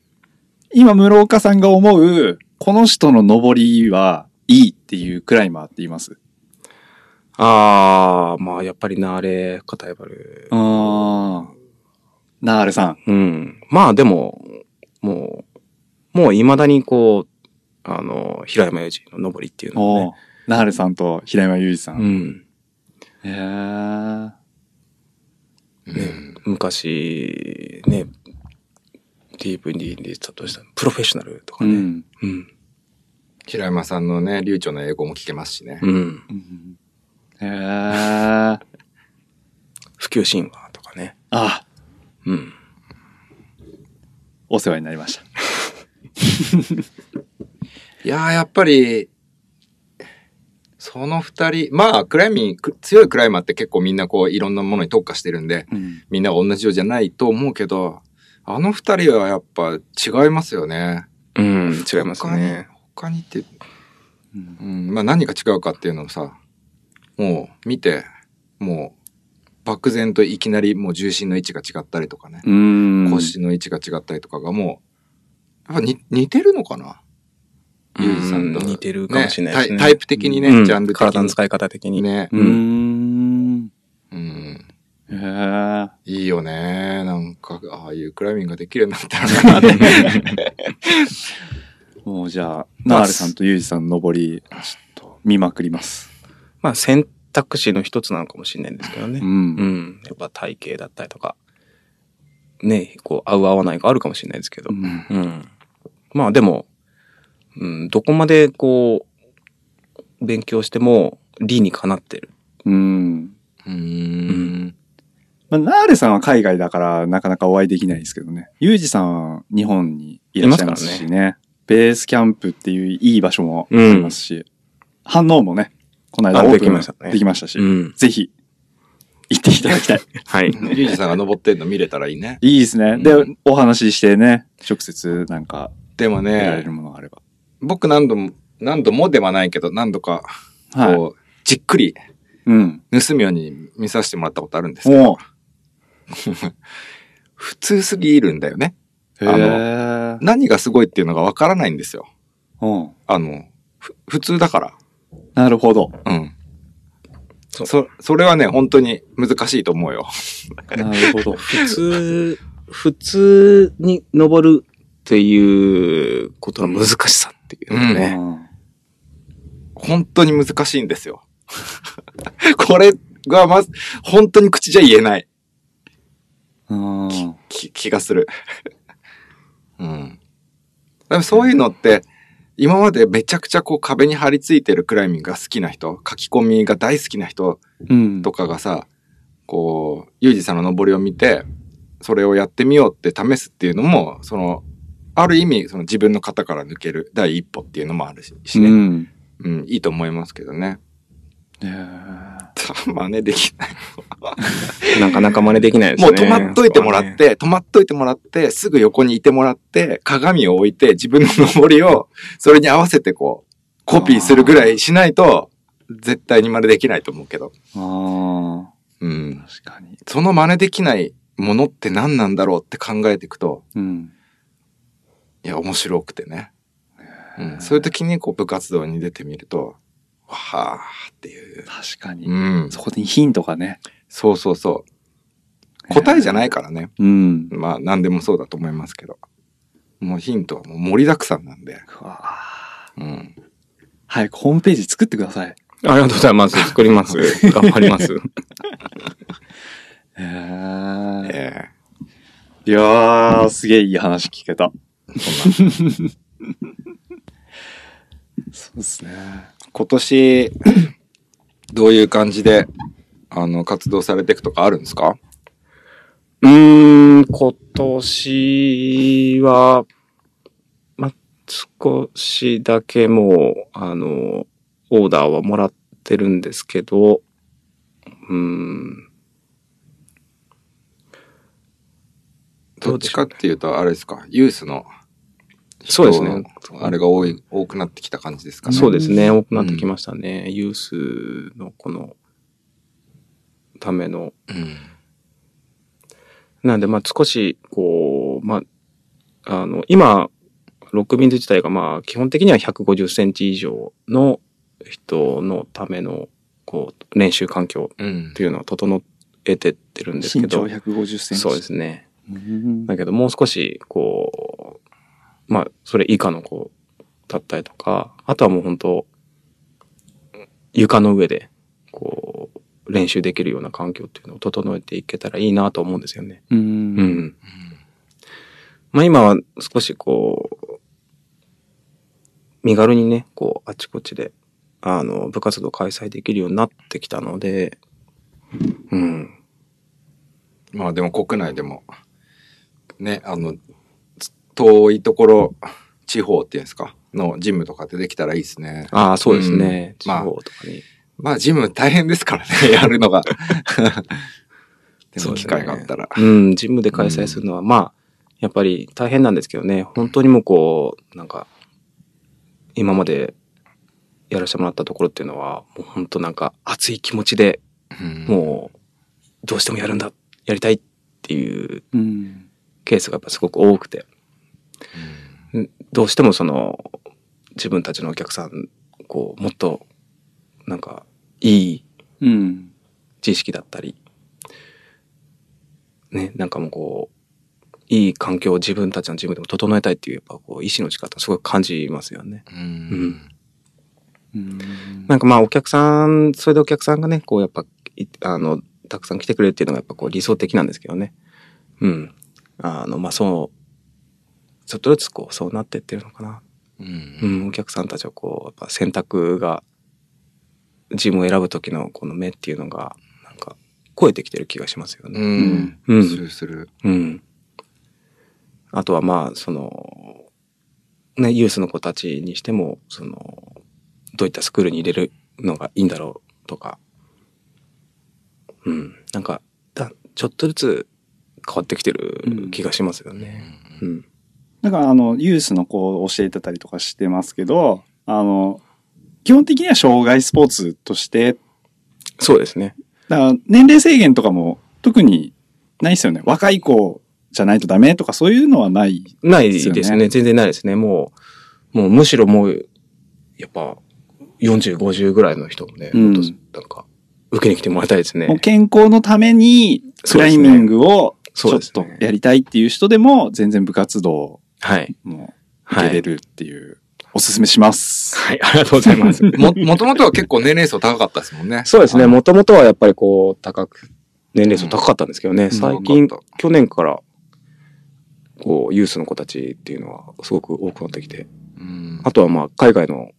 今室岡さんが思う、この人の登りはいいっていうクライマーって言います。ああ、まあ、やっぱりな、あれ、片やばる。ああ。なあれさん。うん。まあでも、もう、もう未だにこう、あの、平山祐二の上りっていうのはおね。うなあれさんと平山裕二さん。うん。へえ。ね、昔、ね、DVD で言ってたとしたら、プロフェッショナルとかうね。ん。うん。平山さんのね、流暢な英語も聞けますしね。うん。へー。普及神話とかね。あ、うん。お世話になりました。いやー、やっぱり、その二人、まあ、クライミング、強いクライマーって結構みんなこう、いろんなものに特化してるんで、うん。みんなが同じようじゃないと思うけど、あの二人はやっぱ違いますよね。うん、違いますね。他にって、うん、まあ何が違うかっていうのをさ、もう見て、もう、漠然といきなりもう重心の位置が違ったりとかね、うん。腰の位置が違ったりとかがもう、やっぱに似てるのかなうんユージさんと。似てるかもしれないですねタイタイプ的にね、うんジャンル的に。体の使い方的に。ね。ううんん。うん。へー。いいよね。なんか、ああいうクライミングができるようになったらなって。 [laughs] もうじゃあ、ナールさんとユージさんの登り、ちょっと見まくります。まあ選択肢の一つなのかもしれないんですけどね。んううんん。やっぱ体型だったりとか、ね、こう、合う合わないがあるかもしれないですけど。うん。まあでも、うん、どこまでこう、勉強しても理にかなってる。うん。うーん。まあ、ナールさんは海外だからなかなかお会いできないですけどね。ユージさんは日本にいらっしゃいますしいますかね。ベースキャンプっていういい場所もあうんりますし、反応もね、この間あオープンできましたねできましたし、ん。ぜひ行っていただ [laughs] きたい。はい。リュウジさんが登ってんの見れたらいいね。いいですね。で、うんお話ししてね、直接なんかでも得られねる、ものがあれば。僕何度も、何度もではないけど、何度か、はい。こう、じっくりうん。盗むように見させてもらったことあるんですけど、おう。普通すぎるんだよね。へあのー何がすごいっていうのがわからないんですよ。うん。あの、ふ普通だから。なるほど。うん。そうそ、それはね、本当に難しいと思うよ。なるほど。普通、普通に登るっていうことの難しさっていうの [laughs] ね。うん本当に難しいんですよ。 [laughs] これがまず、本当に口じゃ言えないうん。気気がする。 [laughs] うん。でもそういうのって、今までめちゃくちゃこう壁に張り付いてるクライミングが好きな人、書き込みが大好きな人うんとかがさ、こう、ユージさんの登りを見て、それをやってみようって試すっていうのも、その、ある意味、その自分の型から抜ける第一歩っていうのもあるししうね、ん。うん、いいと思いますけどね。へ [laughs] ー真似できない。なかなか真似できないですもうね。止まっといてもらって、止まっといてもらって、すぐ横にいてもらって、鏡を置いて、自分の登りを、それに合わせてこう、コピーするぐらいしないと、絶対に真似できないと思うけど。あうんあ、。確かに。その真似できないものって何なんだろうって考えていくと、うん。いや、面白くてね。うん、そういう時にこう部活動に出てみると、わはーっていう。確かに。うん。そこにヒントがね。そうそうそう。答えじゃないからね。うん。まあ何でもそうだと思いますけど。もうヒントはもう盛りだくさんなんで。うわーうん。早くホームページ作ってください。ありがとうございます。作り [laughs] ます。頑張ります。へーえいやー、すげえいい話聞けた。えそんな。 [laughs] そうですね。今年、どういう感じで、あの、活動されていくとかあるんですかうーん、今年は、ま、少しだけもう、あの、オーダーはもらってるんですけど、うーん、どっちかっていうと、あれですか、ユースの、そうですね。あれが多い、多くなってきた感じですかね。そうですね。多くなってきましたね。ユースのこの、ためのうん。なんで、まあ、少し、こう、まあ、あの、今、ロックビンズ自体が、まあ、基本的には150センチ以上の人のための、こう、練習環境うんっ。ていうのは整えてってるんですけ身長ど、 150センチ。そうで。すね。うん。だけど、もう少し、こう、まあ、それ以下の子だったりとか、あとはもう本当床の上で、こう、練習できるような環境っていうのを整えていけたらいいなと思うんですよね。う。うんん。まあ今は少しこう、身軽にね、こう、あちこちで、あの、部活動開催できるようになってきたので、うん。まあでも国内でも、ね、あの、つ遠いところ、地方っていうんですか、のジムとかってできたらいいですね。ああ、そうですね。うんまあ地方とかに。まあジム大変ですからね、 [laughs] やるのが。でそうもです機ね会があったら。うん、ジムで開催するのは、まあ、やっぱり大変なんですけどね、本当にもうこう、なんか、今までやらせてもらったところっていうのは、もう本当なんか熱い気持ちでうんもう、どうしてもやるんだ、やりたいっていううん。ケースがやっぱすごく多くて、どうしてもその、自分たちのお客さん、こう、もっと、なんか、いいうん。知識だったり、ね、なんかもうこう、いい環境を自分たちの自分でも整えたいっていう、やっぱこう、意志の力すごく感じますよね。うんんうん。なんかまあお客さん、それでお客さんがね、こうやっぱ、いあの、たくさん来てくれるっていうのがやっぱこう理想的なんですけどね。うん。あの、まあそう、ちょっとずつこう、そうなってってるのかな。うんうん、お客さんたちはこう、やっぱ選択が、自分を選ぶ時のこの目っていうのが、なんか、超えてきてる気がしますようね。ん。ううんん。するする。うん。あとはまあ、その、ね、ユースの子たちにしても、その、どういったスクールに入れるのがいいんだろうとか、うん、なんか、だちょっとずつ変わってきてる気がしますよね。うん。だから、あの、ユースの子を教えてたりとかしてますけど、あの、基本的には障害スポーツとして、そうですね。だから年齢制限とかも特にないですよね。若い子じゃないとダメとかそういうのはない。ないですね。ですよね全然ないですね。もう、もうむしろもう、やっぱ、40、50ぐらいの人もね、うん本当なんか、受けに来てもらいたいですね。もう健康のためにクそうラでイすねミングをちそうょっですとねやりたいっていう人でも全然部活動はい。も受はけれ。いるっていう、おすすめします。はい、ありがとうございます。も、もともとは結構年齢層高かったですもんね。 [laughs] そうですね。あの。もともとはやっぱりこう、高く、年齢層高かったんですけどね。最近高かっ、去年から、こう、ユースの子たちっていうのはすごく多くなってきて、うん。あとはまあ、海外の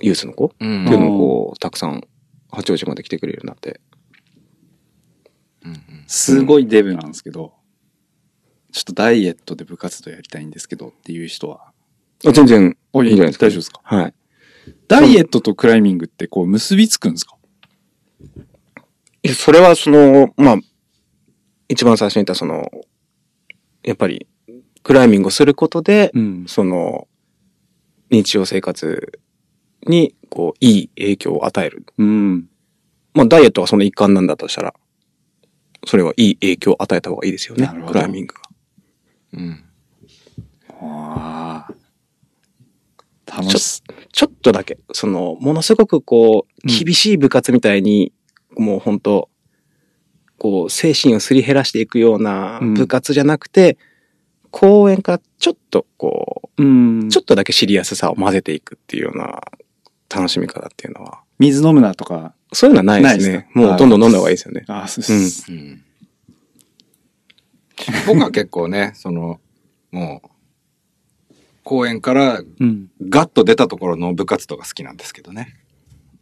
ユースの子ってう。いうんのもこう、たくさん八王子まで来てくれるようになって。うんすごいデブなんですけど、ちょっとダイエットで部活動やりたいんですけどっていう人は、あ全然、いいんじゃないですか。大丈夫ですかはい。ダイエットとクライミングってこう結びつくんですかいやそれはその、まあ、一番最初に言ったその、やっぱり、クライミングをすることで、うん。その、日常生活に、こう、いい影響を与える。うん。まあ、ダイエットがその一環なんだとしたら、それはいい影響を与えた方がいいですよねなるほ。どクライミングが。うん。ああ。楽しそちょっとだけ、その、ものすごくうんこう、厳しい部活みたいに、もう本当こう、精神をすり減らしていくようなうん部活じゃなくて、公園からちょっとこう。うんう、ちょっとだけシリアスさを混ぜていくっていうような楽しみ方っていうのは、水飲むなとか。そういうのはないですないでね。すねもうどんどん飲んだ方がいいですよね。ああ、そうです。うん僕は結構ね、 [laughs] その、もう、公園からうん。ガッと出たところの部活動が好きなんですけどね。 [laughs]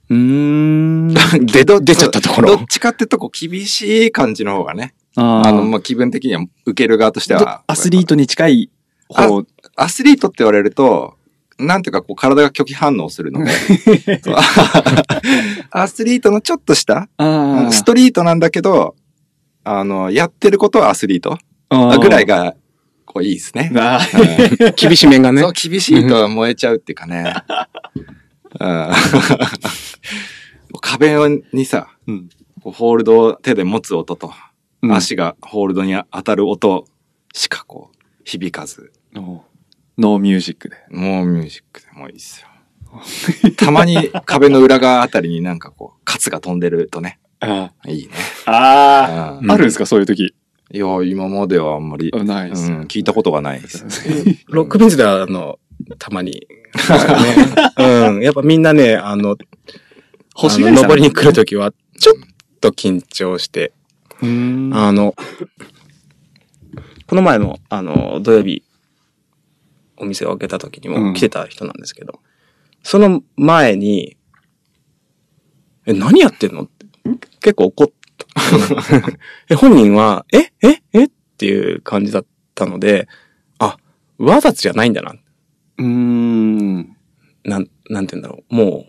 うーん。出ど出ちゃったところどっ。ちかってとこ厳しい感じの方がね。あああの、まあ、気分的には受ける側としてはど。アスリートに近い方。アスリートって言われると、なんていうかこう体が拒否反応する [laughs] ので。そう [laughs] アスリートのちょっとした、あストリートなんだけど、あの、やってることはアスリートあぐらい。が、こういいですね。ああ。厳しめがねそう、。厳しいとは燃えちゃうっていうかね。うん、 [laughs] 壁にさ、うんこうホールドを手で持つ音と、うん足がホールドに当たる音しかこう、響かず、ノーミュージックで。もうミュージックでもういいですよ。たまに壁の裏側あたりになんかこう、カツが飛んでるとね、あいいね。うあ。ん、んあるんですかそういう時。いや、今まではあんまり、うん、ないです。聞いたことがないです。ロックビーズでは、あの、たまに。うん。やっぱみんなね、あの、星あがの登りに来るときは、ちょっと緊張して、あの、この前の、あの、土曜日、お店を開けた時にうもん来てた人なんですけど、その前に、え、何やってんのって結構怒った。え本人は、えええっていう感じだったので、あ、わざとじゃないんだな。うーん。なん、なんて言うんだろう。もう、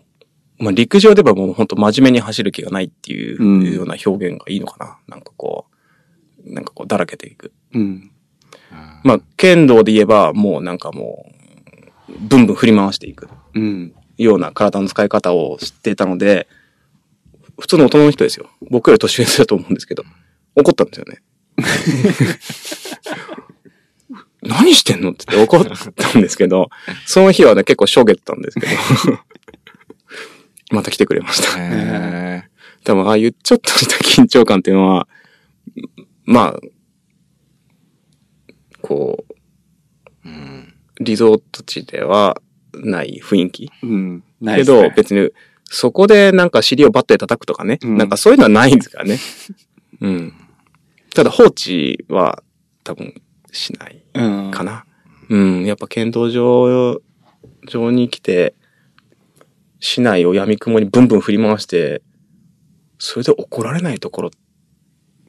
まあ、陸上で言えばもう本当真面目に走る気がないっていううんような表現がいいのかな。なんかこう、なんかこう、だらけていく。うん。まあ、剣道で言えば、もうなんかもう、ブンブン振り回していくうん。ような体の使い方を知っていたので、普通の大人の人ですよ。僕より年上だと思うんですけど、怒ったんですよね。 [laughs] 何してんのって言って怒ったんですけど、その日はね、結構しょげてたんですけど、 [laughs] また来てくれました。え多分ああいうちょっとした緊張感っていうのは、まあ、こう、リゾート地ではない雰囲気。うん。ないでけすねど、別に、そこでなんか尻をバッて叩くとかね、うんなんかそういうのはないんですからね。うん。ただ放置は多分しないうん。かな。うん、やっぱ剣道場上に来て、市内を闇雲にブンブン振り回して、それで怒られないところっ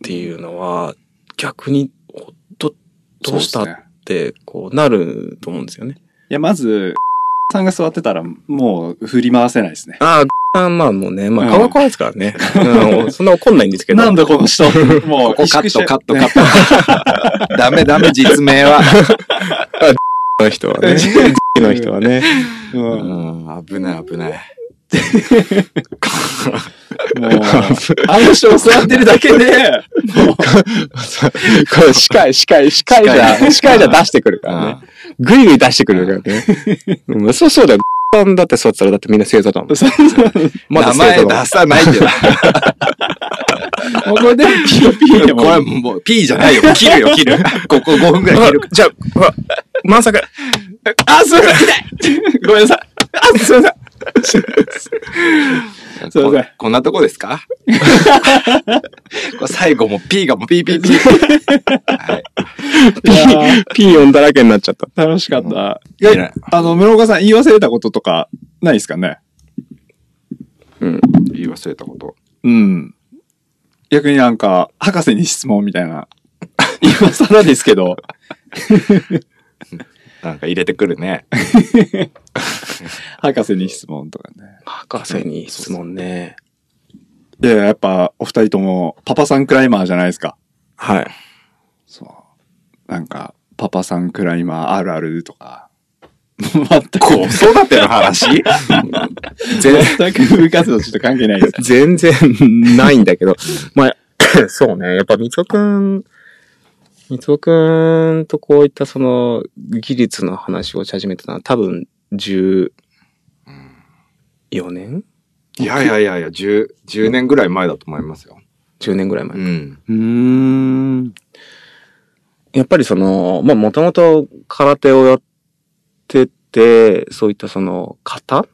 ていうのは、逆に、おど、どうしそたっですねて、こう、なると思うんですよね。いや、まず、さんが座ってたら、もう振り回せないですね。ああ、まあもうね、まうあ、んかわこいですからね。うん、そんな怒んないんですけど。なんだこの人。もう、ここカットカットカット。 [laughs] ーダメダメ、実名は。この [laughs] 人はね。の人はね。うんうん、危ない危ない。もう、あの人座ってるだ [laughs] けで、これ、司会、司会、司会じゃ、司会じゃ出してくるからね。ぐいぐい出してくるから [laughs] ね。うん、そうそうだよ。さんだってそうだったら、だってみんな星座だもん。まだ名星座だも前ん出さないけ [laughs] ど。ここで POP でこれも、もう、P じゃないよ。切るよ、切る。 [laughs] ここ5分ぐらい切る。じゃあ、ほら、まさか。あ、すいません痛いごめんなさい。あ、すいません。すいませんこ。こんなとこです [laughs] かこれ最後も P がもう PPP。はい。ピー、ピー音だらけになっちゃった。楽しかった。うんいやあの、室岡さん言い忘れたこととか、ないですかね言い忘れたこと。うん。逆になんか、博士に質問みたいな。 [laughs] 今更ですけど、なんか入れてくるね。博士に質問とかね。博士に質問ね。いや、やっぱ、お二人とも、パパさんクライマーじゃないですか。はい。そう。なんか、パパさんクライマーあるあるとか。 [laughs] 全く、子育ての話全く部活動ちょっと関係ないです。全然ないんだけ [laughs] ど。まあ、 [coughs] そうね。やっぱ、みつおくん、みつおくんとこういったその技術の話をし始めたのは多分14年 [laughs] いやいやいやいや、10、10年ぐらい前だと思いますよ。 ?10 年ぐらい前。ん。うーん。やっぱりその、まあもともと空手をやってて、そういったその型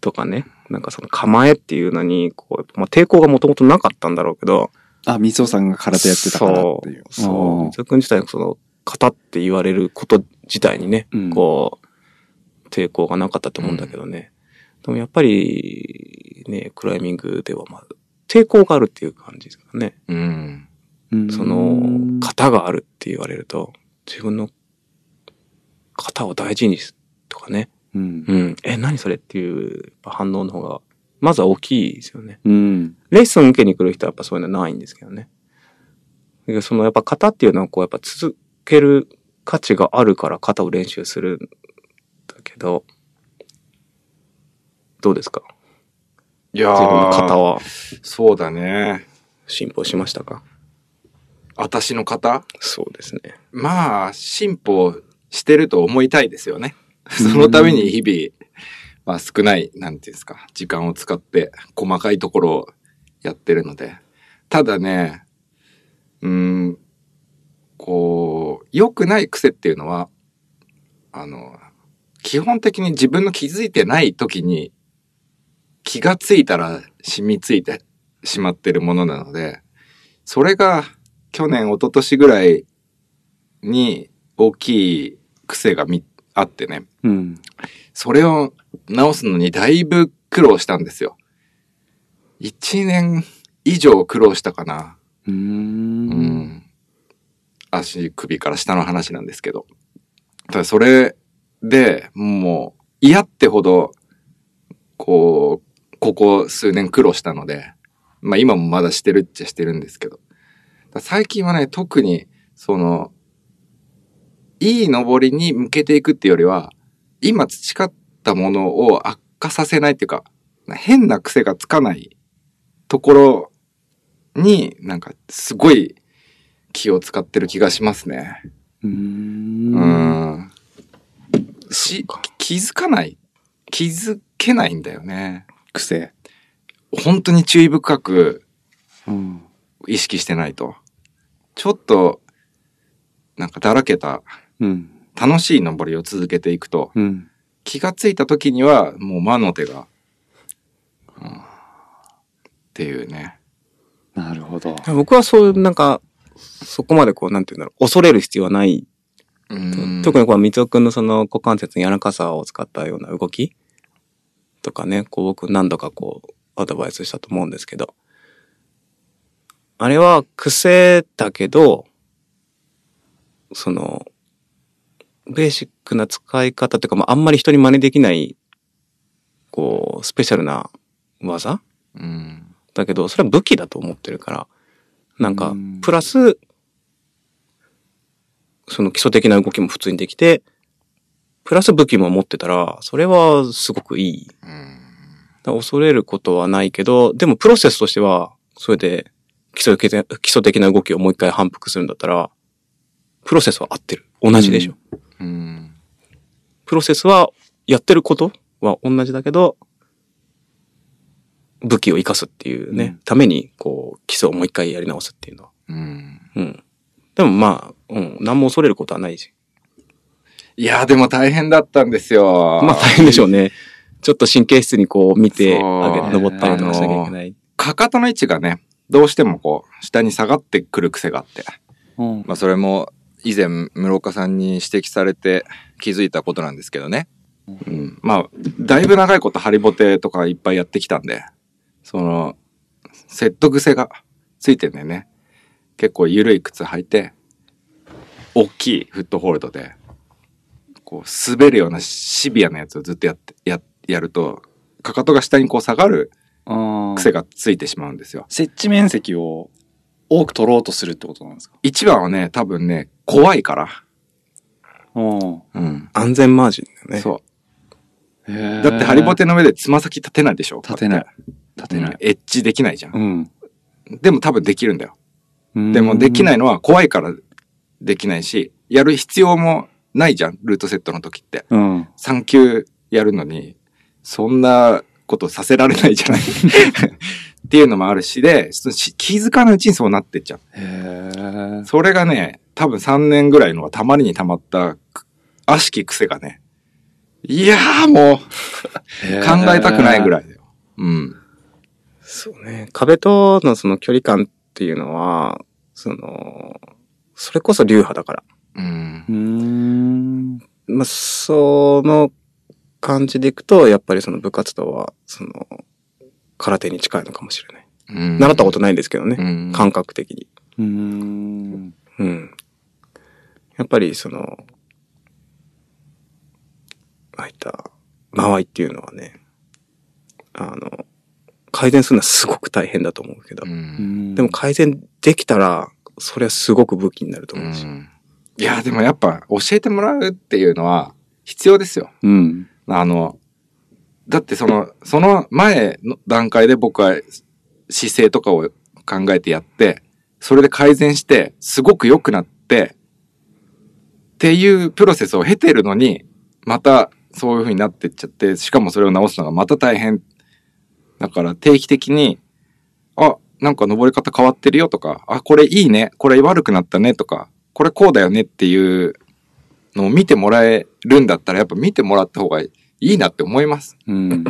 とかね、なんかその構えっていうのに、こう、やっぱまあ抵抗がもともとなかったんだろうけど、あ、みつおさんが空手やってたからっていう。そう。そう。あー水くん自体がその、型って言われること自体にね、うんこう、抵抗がなかったと思うんだけどね。でもやっぱり、ね、クライミングでは、まあ、抵抗があるっていう感じですかね。うん。うんその、型があるって言われると、自分の型を大事にすとかね。うん。うん。え、何それっていうやっぱ反応の方が、まずは大きいですよね。うん。レッスン受けに来る人はやっぱそういうのないんですけどね。でそのやっぱ型っていうのはこうやっぱ続ける価値があるから型を練習するんだけど、どうですかいや自分の型ー、はそうだね。進歩しましたか私の型そうですね。まあ、進歩してると思いたいですよね。そのために日々、まあ少ない、なんていうんですか、時間を使って細かいところをやってるので。ただね、うーん、こう、良くない癖っていうのは、あの、基本的に自分の気づいてない時に気がついたら染みついてしまってるものなので、それが去年、一昨年ぐらいに大きい癖がみあってね、うん。それを直すのにだいぶ苦労したんですよ。一年以上苦労したかな。うー。うんん。足首から下の話なんですけど。ただそれでもう嫌ってほど、こう、ここ数年苦労したので、まあ今もまだしてるっちゃしてるんですけど。だ最近はね、特に、その、いい登りに向けていくっていうよりは、今培ったものを悪化させないっていうか、変な癖がつかないところに、なんか、すごい気を使ってる気がしますね。う。うんん。し、気づかない。気づけないんだよね。癖。本当に注意深くうん。意識してないと。ちょっと、なんかだらけた、うん。楽しい登りを続けていくと、うん。気がついた時にはもう魔の手が、うんっていうね。なるほど。僕はそういう、なんか、そこまでこう、なんて言うんだろう、恐れる必要はない。うん特にこう、三尾くんのその股関節の柔らかさを使ったような動きとかね、こう僕何度かこう、アドバイスしたと思うんですけど、あれは癖だけど、その、ベーシックな使い方というか、まあ、あんまり人に真似できない、こう、スペシャルな技うんだけど、それは武器だと思ってるから、なんうかん、プラス、その基礎的な動きも普通にできて、プラス武器も持ってたら、それはすごくいい。うんだから恐れることはないけど、でもプロセスとしては、それで基礎的な基礎的な動きをもう一回反復するんだったら、プロセスは合ってる。同じでしょ。うんプロセスは、やってることは同じだけど、武器を生かすっていうね、うんために、こう、基礎をもう一回やり直すっていうのは。うんうん。でもまあ、うん、何も恐れることはないし。いや、でも大変だったんですよ。まあ大変でしょうね。ちょっと神経質にこう見て、そう上げ、登ったりとかしなきゃいけない。かかとの位置がね、どうしてもこう、下に下がってくる癖があって。うん。まあそれも以前、室岡さんに指摘されて気づいたことなんですけどね。うん。まあ、だいぶ長いことハリボテとかいっぱいやってきたんで、その、説得癖がついてんだよね。結構緩い靴履いて、大きいフットホールドで、こう滑るようなシビアなやつをずっとやって、や、やると、かかとが下にこう下がるあ癖ーがついてしまうんですよ。接地面積を多く取ろうとするってことなんですか一番はね、多分ね、怖いから。うん。うん。安全マージンだよね。そだう。だってハリボテの上でつま先立てないでしょ立てないこ。立うてやなってうんい。エッジできないじゃん。うん。でも多分できるんだよ。でで。もできないいのは怖いからできないし、やる必要もないじゃん。ルートセットの時って。うん。 3級やるのに、そんなことさせられないじゃ [laughs] ない。っていうのもあるしで、そのし気づかないうちにそうなってっちゃう。へえ。それがね、多分3年ぐらいのはたまりにたまったく、悪しき癖がね、いやーもう、考えたくないぐらい。らいだよ。うん。そうね。壁とのその距離感っていうのは、その、それこそ流派だから。うんう。ーん。まあ、その感じでいくと、やっぱりその部活動は、その、空手に近いのかもしれない。習ったことないんですけどね。ね感覚的に。うーん。うん。やっぱりその、ああいった、間合いっていうのはね、あの、改善するのはすごく大変だと思うけど、でも改善できたら、それはすごく武器になると思うし。いや、でもやっぱ教えてもらうっていうのは必要ですよ。うん。あの、だってその、その前の段階で僕は姿勢とかを考えてやって、それで改善して、すごく良くなって、っていうプロセスを経てるのに、またそういう風になってっちゃって、しかもそれを直すのがまた大変。だから定期的に、あ、なんか登り方変わってるよとか、あ、これいいね、これ悪くなったねとか、これこうだよねっていうのを見てもらえるんだったら、やっぱ見てもらった方がいいなって思います。うん。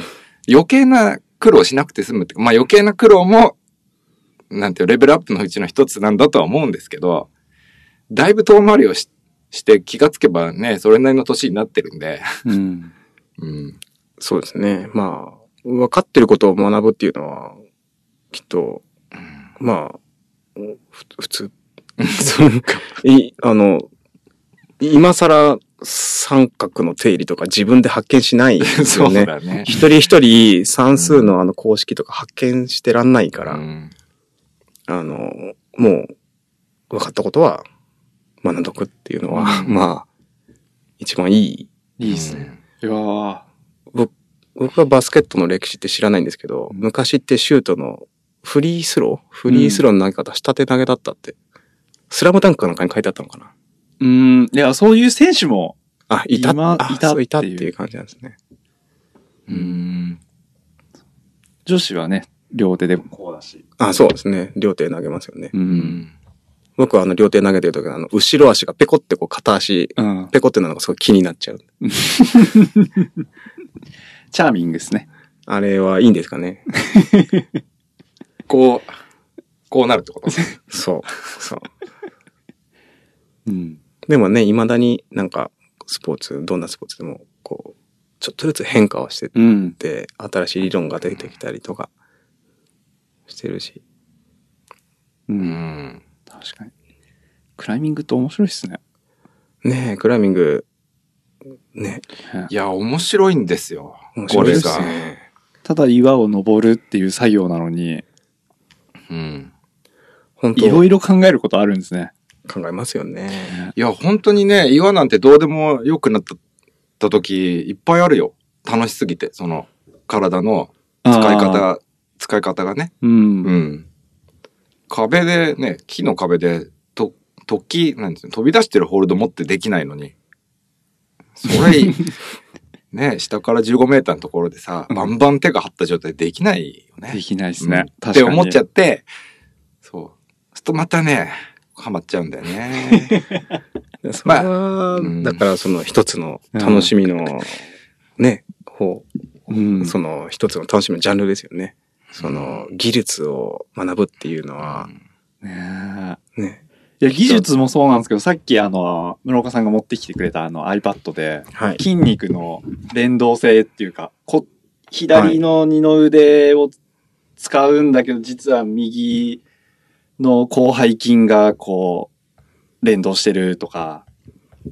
余計な苦労しなくて済むっていうか、まあ余計な苦労も、なんていう、レベルアップのうちの一つなんだとは思うんですけど、だいぶ遠回りをしして気がつけばね、それなりの年になってるんで、うん。うん。そうですね。まあ、分かってることを学ぶっていうのは、きっと、まあ、ふ普通。 [laughs] そうか。い、あの、今更三角の定理とか自分で発見しないです [laughs] [laughs] そようね。だね。一人一人算数のあの公式とか発見してらんないから、うんあの、もう、分かったことは学んどくっていうのは、うんまあ、一番いい。いいっすね。。いやー僕はバスケットの歴史って知らないんですけど、昔ってシュートのフリースローフリースローの投げ方、下手投げだったって、スラムダンクかなんかに書いてあったのかなうん。いや、そういう選手も、あ、いた、今あいたそういたっってていういう感じなんですね。うん。女子はね、両手でもこうだし。あ、そうですね。両手投げますよね。う。うんん。僕はあの両手投げてる時あの、後ろ足がペコってこう片足、うん。ペコってなのがすごい気になっちゃう。チャーミングですね。あれはいいんですかね。こう、こうなるってことそう。そう。うん。でもね、未だになんか、スポーツ、どんなスポーツでも、こう、ちょっとずつ変化をしてっうん。て、新しい理論が出てきたりとか、してるし。う。うんん。確かに。クライミングって面白いっすね。ねえ、クライミング、ね、いや、面白いんですよ。面白いですこれがね。ただ岩を登るっていう作業なのに、うん。本いろ当いろ考えることあるんですね。考えますよね。いや、本当にね、岩なんてどうでも良くなったた時、いっぱいあるよ。楽しすぎて、その、体の使いあー。方、使い方がね。う。うんん。壁でね、木の壁で、と、突起、なんですね、飛び出してるホールド持ってできないのに。そ [laughs] れ、ね、下から15メーターのところでさ、バンバン手が張った状態でできないよね。できないっすね。うん確かに。って思っちゃって、そう。するとまたね、ハマっちゃうんだよ [laughs] ね。それは、うんだからその一つの楽しみの、ね、方、うん。その一つの楽しみのジャンルですよね。その技術を学ぶっていうのは、ねね、えいや、技術もそうなんですけど、さっきあの、室岡さんが持ってきてくれたあの iPad で、はい。筋肉の連動性っていうか、こ左の二の腕を使うんだけど、実は右の広背筋がこう、連動してるとか、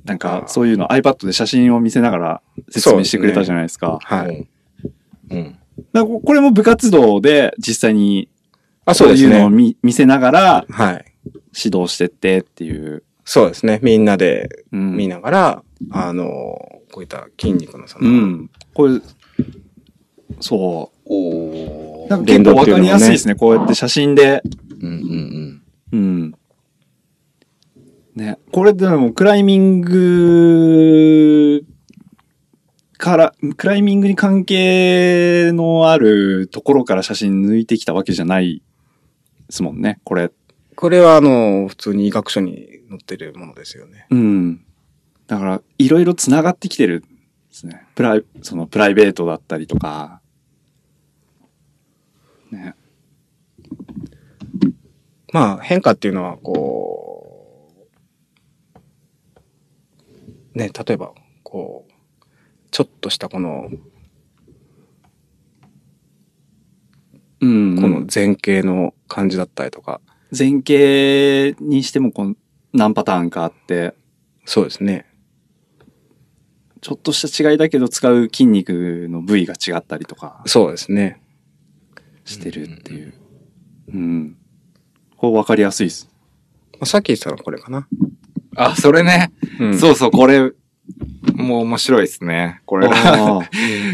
なんかそういうの iPad で写真を見せながら説明してくれたじゃないですか。はい。うん。うん。だからこれも部活動で実際にあ、そそううでいすうのをね。見見せながらはい。指導してってっていう。そうですね。みんなでうん見ながら、あの、こういった筋肉のそうの、ん。これ、そう。おなんか連結動構っわていうのもねかりやすいですね。こうやって写真で。うんうんうん。ね。これでも、クライミングから、クライミングに関係のあるところから写真抜いてきたわけじゃないですもんね。これ。これはあの、普通に医学書に載ってるものですよね。うん。だから、いろいろ繋がってきてるんですね。プライ、そのプライベートだったりとか。ね。まあ、変化っていうのは、こう、ね、例えば、こう、ちょっとしたこの、うんこの前傾の感じだったりとか、前傾にしてもこう何パターンかあって、そうですね。ちょっとした違いだけど使う筋肉の部位が違ったりとかそうですね。してるっていう。うん。こう分かりやすいです。まあ、さっき言ってたのはこれかな。あ、それね。うんそうそう、これ、もう面白いですね。これ、ああ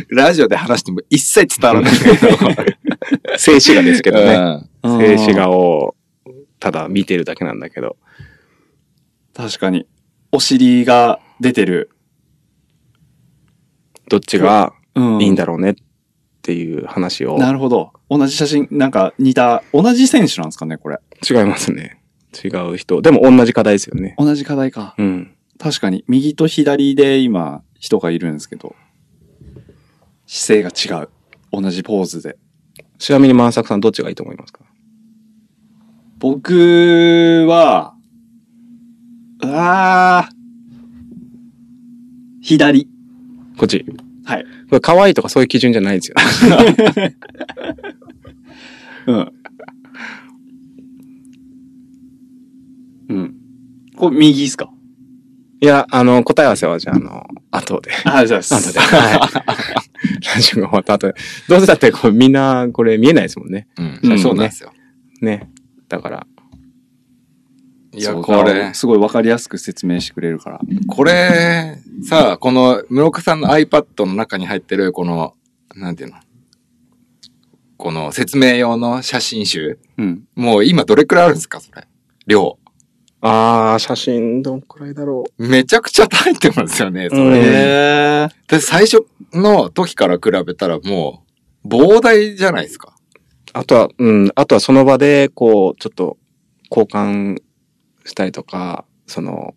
ラジオで話しても一切伝わらないけど。静止画ですけどね。うん [laughs] 静止画を、ただ見てるだけなんだけど。確かに。お尻が出てる。どっちがうんいいんだろうねっていう話を。なるほど。同じ写真、なんか似た、同じ選手なんですかね、これ。違いますね。違う人。でも同じ課題ですよね。同じ課題か。うん。確かに。右と左で今、人がいるんですけど、姿勢が違う。同じポーズで。ちなみに万作さんどっちがいいと思いますか僕は、ああ、左。こっち。はい。これ可愛いとかそういう基準じゃないんですよ。 [laughs] うん。うん。これ右ですかいや、あの、答え合わせはじゃあ、あの、後で。 [laughs] あ、じゃあ、す後で。はい。ラジオが終わった後で。どうせだってこうみんなこれ見えないですもんね。うん。そうなんですよ。ね。だから。 [laughs] いや、これ、すごいわかりやすく説明してくれるから。これ、さあ、この、室岡さんの iPad の中に入ってる、この、なんていうのこの説明用の写真集。うん。もう今どれくらいあるんですかそれ。量。あー、写真どんくらいだろめちゃくちゃ入ってますよね、それ。うんへー。で、最初の時から比べたらもう、膨大じゃないですか。う。あとは、うん、あとはその場で、こう、ちょっと、交換したりとか、その、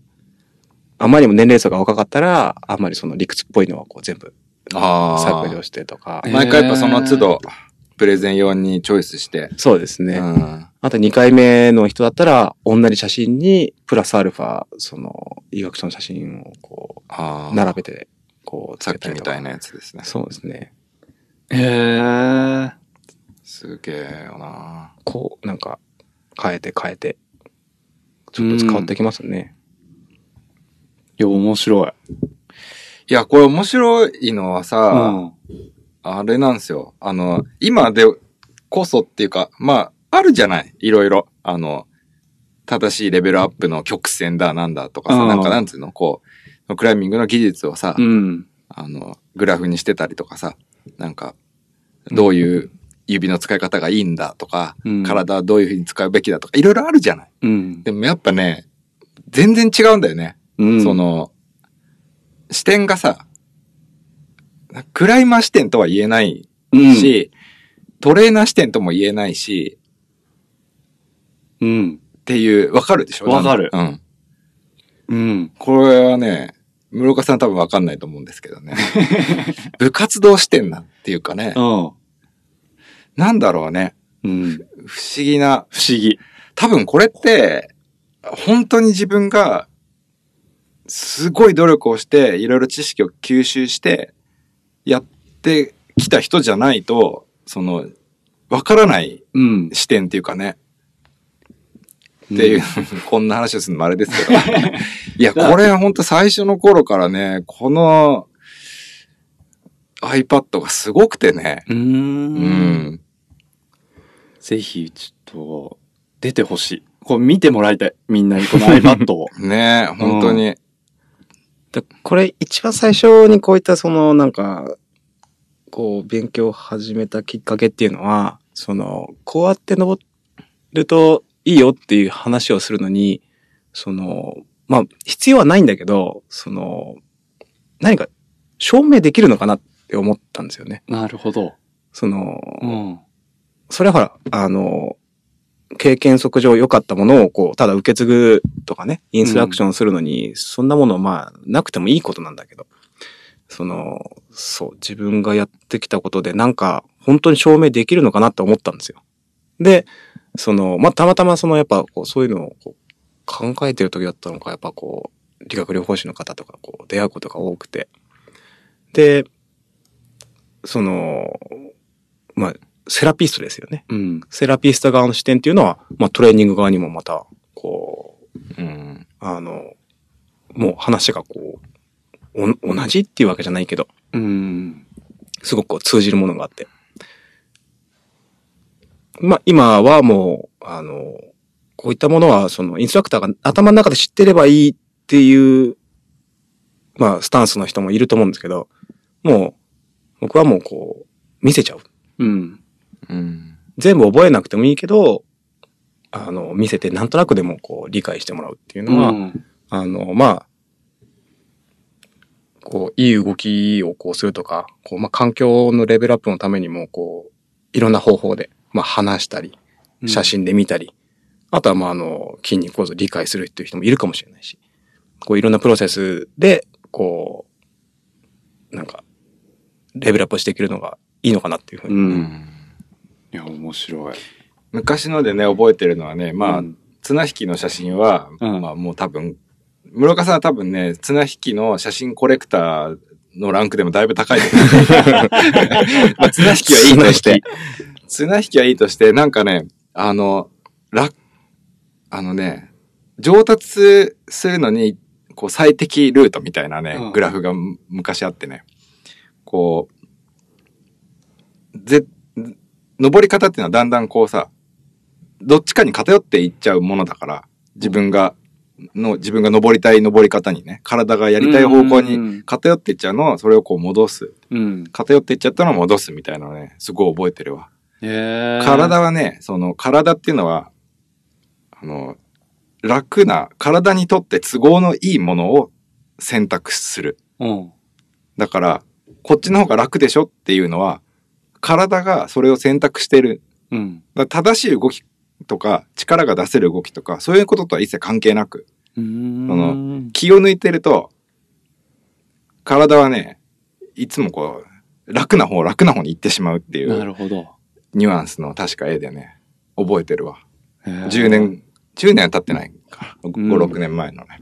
あまりにも年齢層が若かったら、あんまりその理屈っぽいのはこう全部あ削除してとか。毎回やっぱその都度、プレゼン用にチョイスして。そうですね。うん。あと2回目の人だったら、同じ写真に、プラスアルファ、その、医学書の写真をこあう、ー並べて、こう、さっつきけりみとかたいなやつですね。そうですね。へー。すげえよなこう、なんか、変えて変えて、ちょっとずつ変わってきますね。いや、面白い。いや、これ面白いのはうさ、ん。あれなんですよ。あの、今でこそっていうか、まあ、あるじゃない。いろいろ。あの、正しいレベルアップの曲線だ、なんだとかうさ、んなんかなんつうの、こう、クライミングの技術をさ、うん。あの、グラフにしてたりとかさ、なんか、どういう指の使い方がいいんだとか、うん体はどういうふうに使うべきだとか、いろいろあるじゃない。うん。でもやっぱね、全然違うんだよね。うんそ、の、視点がさ、クライマー視点とは言えないうん。し、トレーナー視点とも言えないし、うん。っていう、わかるでしょわかるなんうん。うん。これはね、室岡さん多分わかんないと思うんですけ [laughs] どね。部活動視点なんていうかね、なんだろうね。うん。不思議な。不思議。多分これって、本当に自分が、すごい努力をして、いろいろ知識を吸収して、やってきた人じゃないと、その、わからないうん。視点っていうかね。っていう、こんな話をするのもあれです [laughs] けど。いや、これは本当最初の頃からね、この iPad がすごくてね。う。うんん。ぜひ、ちょっと、出てほしい。こう見てもらいたい。みんなに、この iPad を。ね本当に。だこれ、一番最初にこういった、その、なんか、こう、勉強を始めたきっかけっていうのは、その、こうやって登るといいよっていう話をするのに、その、まあ、必要はないんだけど、その、何か証明できるのかなって思ったんですよね。 [laughs] なるほど。その、うん。それはほら、あの、経験則上良かったものをこう、ただ受け継ぐとかね、インストラクションするのに、そんなものはまあ、なくてもいいことなんだけど、その、そう、自分がやってきたことでなんか、本当に証明できるのかなって思ったんですよ。で、その、まあ、たまたまその、やっぱこう、そういうのをこう考えてる時だったのか、やっぱこう、理学療法士の方とか、こう、出会うことが多くて。で、その、まあ、セラピストですよね。うん。セラピスト側の視点っていうのは、まあトレーニング側にもまた、こう、うん。あの、もう話がこう、お同じっていうわけじゃないけど、うん。すごくこう通じるものがあって。まあ今はもう、あの、こういったものは、そのインストラクターが頭の中で知ってればいいっていう、まあスタンスの人もいると思うんですけど、もう、僕はもうこう、見せちゃう。うん。うん。全部覚えなくてもいいけど、あの、見せてなんとなくでもこう理解してもらうっていうのは、うんあの、まあ、こう、いい動きをこうするとか、こう、まあ、環境のレベルアップのためにも、こう、いろんな方法で、まあ、話したり、写。真で見たり、あとは、まあ、あの、筋肉構造を理解するっていう人もいるかもしれないし、こう、いろんなプロセスで、こう、なんか、レベルアップしていけるのがいいのかなっていうふううに。ん。いや、面白い。昔のでね、覚えてるのはね、まあ、うん綱引きの写真は、うんまあもう多分、室岡さんは多分ね、綱引きの写真コレクターのランクでもだいぶ高いと [laughs] 思うまあ綱引きはいいとして。綱引きはいいとして、なんかね、あの、ら、あのね、上達するのに、こう最適ルートみたいなね、うんグラフがむ昔あってね、こう、ぜ、登り方っていうのはだんだんこうさ、どっちかに偏っていっちゃうものだから、自分が、の、自分が登りたい登り方にね、体がやりたい方向に偏っていっちゃうのを、それをこう戻す。うん。偏っていっちゃったのを戻すみたいなのね、すごい覚えてるわ。えー、体はね、その体っていうのは、あの、楽な、体にとって都合のいいものを選択する。うん。だから、こっちの方が楽でしょっていうのは、体がそれを選択してる。うん。だから正しい動きとか、力が出せる動きとか、そういうこととは一切関係なく、うそんの。気を抜いてると、体はね、いつもこう、楽な方、楽な方に行ってしまうっていなうるほど。ニュアンスの確か絵でね、覚えてるわ。えー10。年、10年は経ってないか。5、ん6年前のね。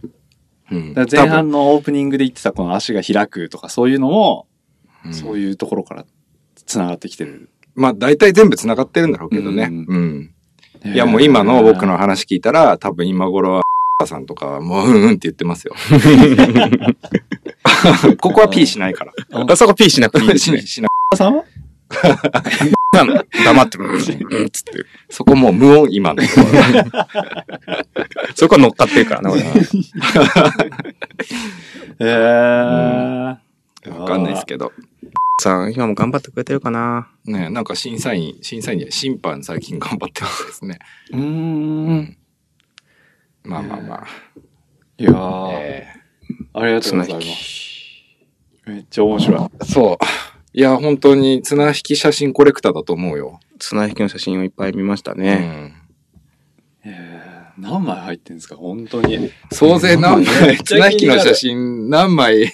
うんだから前半のオープニングで言ってたこの足が開くとかそういうのも、そういう。いうところから繋がってきてる。まあ大体全部繋がってるんだろうけどね。うんうん。いやもう今の僕の話聞いたら、多分今頃は、さんとか、もううんうんって言ってますよ。ここは P しないから。あそこ P しなくていいですねし。しなさんは黙って、うんうんつって。そこもう無音今の。そこは乗っかってるからな、俺は。えー。わかんないですけど。 [laughs] さん、今も頑張ってくれてるかなねなんか審査員、審査員で審判最近頑張ってますですね。うーん。まあまあまいやあ。ーえありがとうございます。めっちゃ面白い。ーそう。いや、本当に綱引き写真コレクターだと思うよ。綱引きの写真をいっぱい見ましたね。えー何枚入ってんですか本当に。総勢何枚、 [laughs] ちゃ綱気引にきなのる写真何枚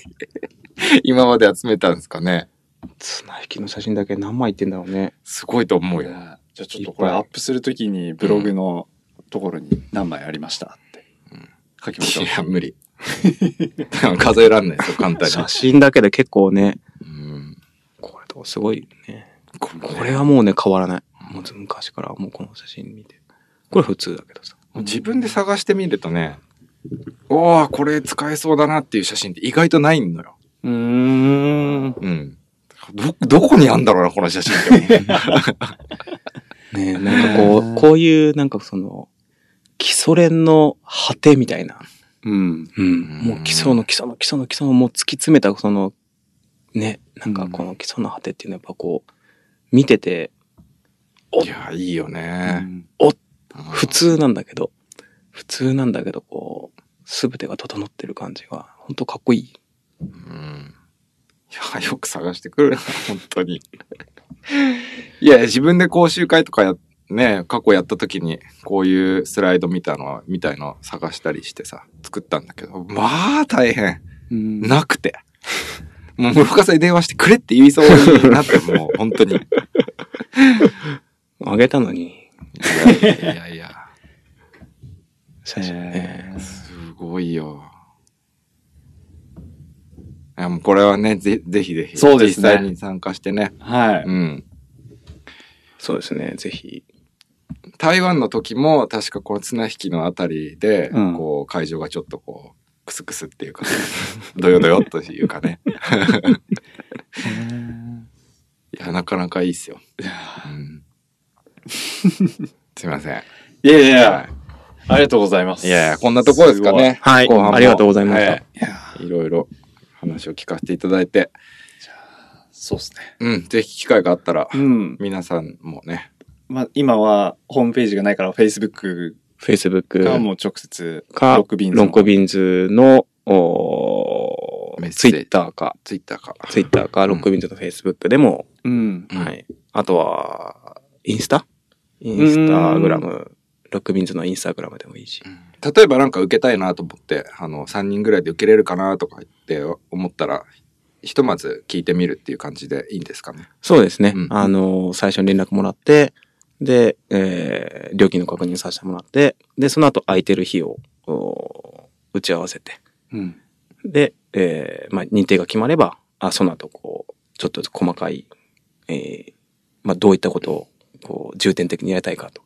[laughs] 今まで集めたんですかね。綱引きの写真だけ何枚いってんだろうね。すごいと思うじよ。ゃあちょっとこれアップするときにブログのところに何枚ありましたって書きましょうい。や、無理。 [laughs] 数えらんないですよ、簡単写真だけで結構ね、に。うんこれとかすごいね。ここれはもうね、変わらない。もう昔からもうこの写真見て。これ普通だけどさ。自分で探してみるとね、おー、これ使えそうだなっていう写真って意外とないのよ。うーん。うん。ど、どこにあんだろうな、この写真 [laughs] って。ねえなんかこう、こういうなんかその、基礎練の果てみたいな。うん。うん。もう基礎の基礎の基礎の基礎のもう突き詰めたその、ね、なんかこの基礎の果てっていうのはやっぱこう、見てていや、いいよね。うん普通なんだけど、普通なんだけどこう、すべてが整ってる感じが、ほんとかっこいい。うんいや、よく探してくるな、本当に。いや、自分で講習会とかや、ね、過去やった時に、こういうスライドみたいの、みたいの探したりしてさ、作ったんだけど、まあ大変。うんなくて。もう、室岡さんに電話してくれって言いそうになって、もう、本当に。いあげたのに、やいやいやいや、写真ね。すごいよ。いや、もうこれはね、ぜ、ぜひぜひ。そうですね実際に参加してね。はい。うん。そうですね、ぜひ。台湾の時も確かこの綱引きのあたりで、うんこう会場がちょっとこうクスクスっていう [laughs] かどよどよというかねいやなかなかいいっすよ、うん、すいませんいやいやいはや、ありがとうございます。いやいやこんなところですかねはい後半もありがとうございましたはいいろいろ話を聞かせていただいてすごい。そうですね。うんぜひ機会があったらうん。皆さんもねまあ今はホームページがないから Facebook Facebook がもう直接、か、ロックビーンズのロンコビンズの、おメッセージ Twitter か、ツイッターか Twitter か、ロックビンズの Facebook でも、うん。うんはい。あとは、インスタインスタグラム、ロックビンズのインスタグラムでもいいし。例えばなんか受けたいなと思って、あの、3人ぐらいで受けれるかなとか言って思ったら、ひとまず聞いてみるっていう感じでいいんですかね。そうですね。うんあの、最初に連絡もらって、で、えー料金の確認させてもらって、で、その後空いてる日を、お打ち合わせて、うん。で、えーまあ、認定が決まれば、あその後、こう、ちょっと細かい、えーまあ、どういったことを、こう、重点的にやりたいかと。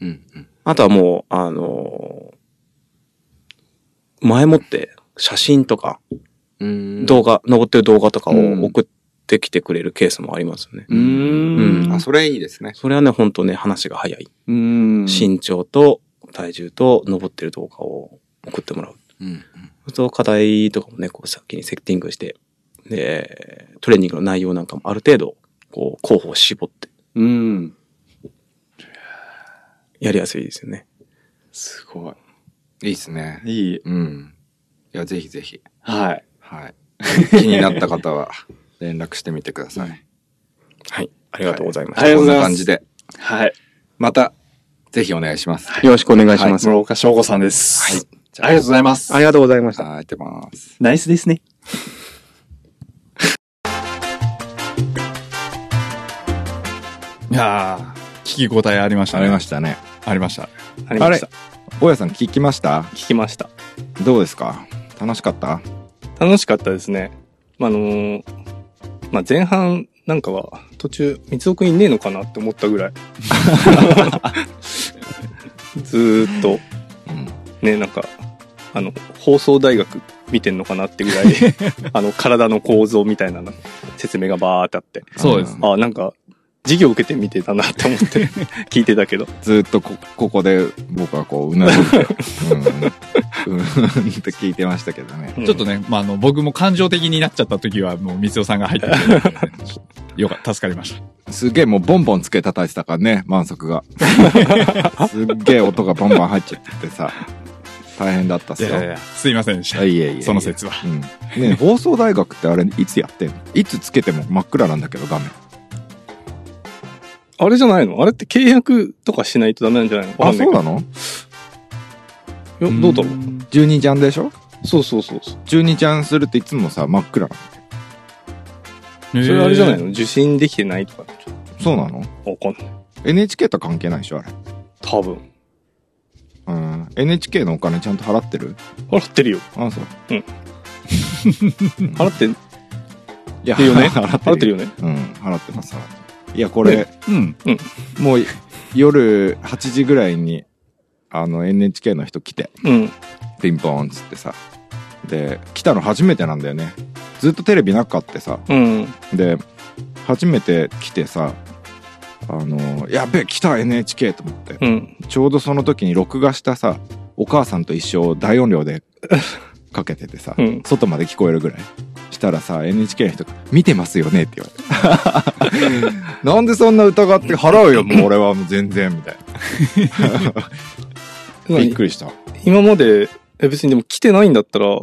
うん。うん。あとはもう、あのー前もって写真とか、うん動画、登ってる動画とかをうん送ってきてくれるケースもありますよね。うーん。あ、それいいですね。それはね、本当ね、話が早い。うん。身長と体重と登ってる動画を送ってもらう。うん。そうすると課題とかもね、こう先にセッティングして、で、トレーニングの内容なんかもある程度、こう、候補を絞ってうん。やりやすいですよね。すごいいですね。い。いい。うん。いや、ぜひぜひ。はい。はい。気になった方は、連絡してみてください。はい。ありがとうございました。はいありがとうんごこざいまなす感じで。はい。また、ぜひお願いします。よろしくお願いします。室岡翔吾さんです。はあい。りがとうございます。ありがとうございました。あ開いてます。ナイスですね。いやー、聞き応えありましたね。したね。ありました。ありました。大家さん聞きました聞きました。どうですか楽しかった楽しかったですね。まあ、あのーまあ、前半なんかは途中、三尾くんいねえのかなって思ったぐらい。ずーっと、うん。ね、なんか、あの、放送大学見てんのかなってぐらい、あの、体の構造みたいなの説明がバーってあって、そうですねあなんか、授業受けてみてたなって思って聞いてたけど、ずーっとこ、ここで僕はこう、うなずいて、うん。うん。って聞いてましたけどね。うんちょっとね、まあ、あの、僕も感情的になっちゃった時は、もう、三尾さんが入ってくれ [laughs] たんでねよかった、助かりました。すげえもうボンボンつけ叩いてたからね、満足が。すっげえ音がバンバン入っちゃっててさ、大変だったっすよ。すいませんでした。あいえいえいえその説は。うん。ね [laughs] え放送大学ってあれ、いつやってんのいつつけても真っ暗なんだけど、画面。あれじゃないのあれって契約とかしないとダメなんじゃないのわあ、かんないそうなのけどいやどうだろう ?12 ちゃんでしょそうそうそうそう。 ?12 ちゃんするといつもさ、真っ暗なのへーそれあれじゃないの受信できてないとか、ちょっそうなのとわかんない。 ?NHK とは関係ないでしょ、あれ。多分。うん。NHK のお金ちゃんと払ってる払ってるよ。あ、そう。 [laughs] 払ってるいやよね。 [laughs] 払払ってるよ。よね。うん、払ってます、払ってますいや、これ、うん。もう夜8時ぐらいに、あの NHK の人来て、うん。ピンポーンっつってさ。で、来たの初めてなんだよね。ずっとテレビなかってさ。うん。で、初めて来てさ、あの、やべえ、来た NHK と思って。うん。ちょうどその時に録画したさ、お母さんと一緒を大音 [laughs] 量でかけててさ、うん外まで聞こえるぐらい。したらさ、NHK の人が、見てますよねって [laughs] 言われて。なんでそんな疑って払うよ、もう俺はもう全然、みたいな。びっくりした。今まで、え別にでも来てないんだったら、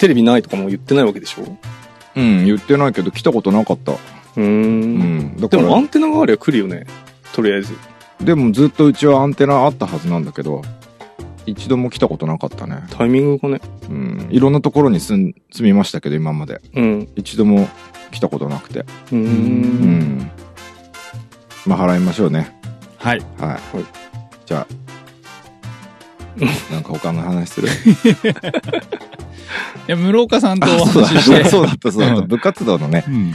テレビないとかも言ってないわけでしょううん、言ってないけど来たことなかった。ー。うんん。だかでら、もアンテナがありゃ来るよね。とりあえず。でもずっとうちはアンテナあったはずなんだけど、一度も来たことなかったね。タイミングがね。うん。いろんなところに住ん住みましたけど、今まで。うん。一度も来たことなくて。うー。うんん。まあ、払いましょうね。はい。はい。[laughs] じゃあ、なんか他の [laughs] 話するいや、室岡さんとおそう話ししてだ、 [laughs] そうだった、そうだっうた。ん部活動のね。 [laughs] うん。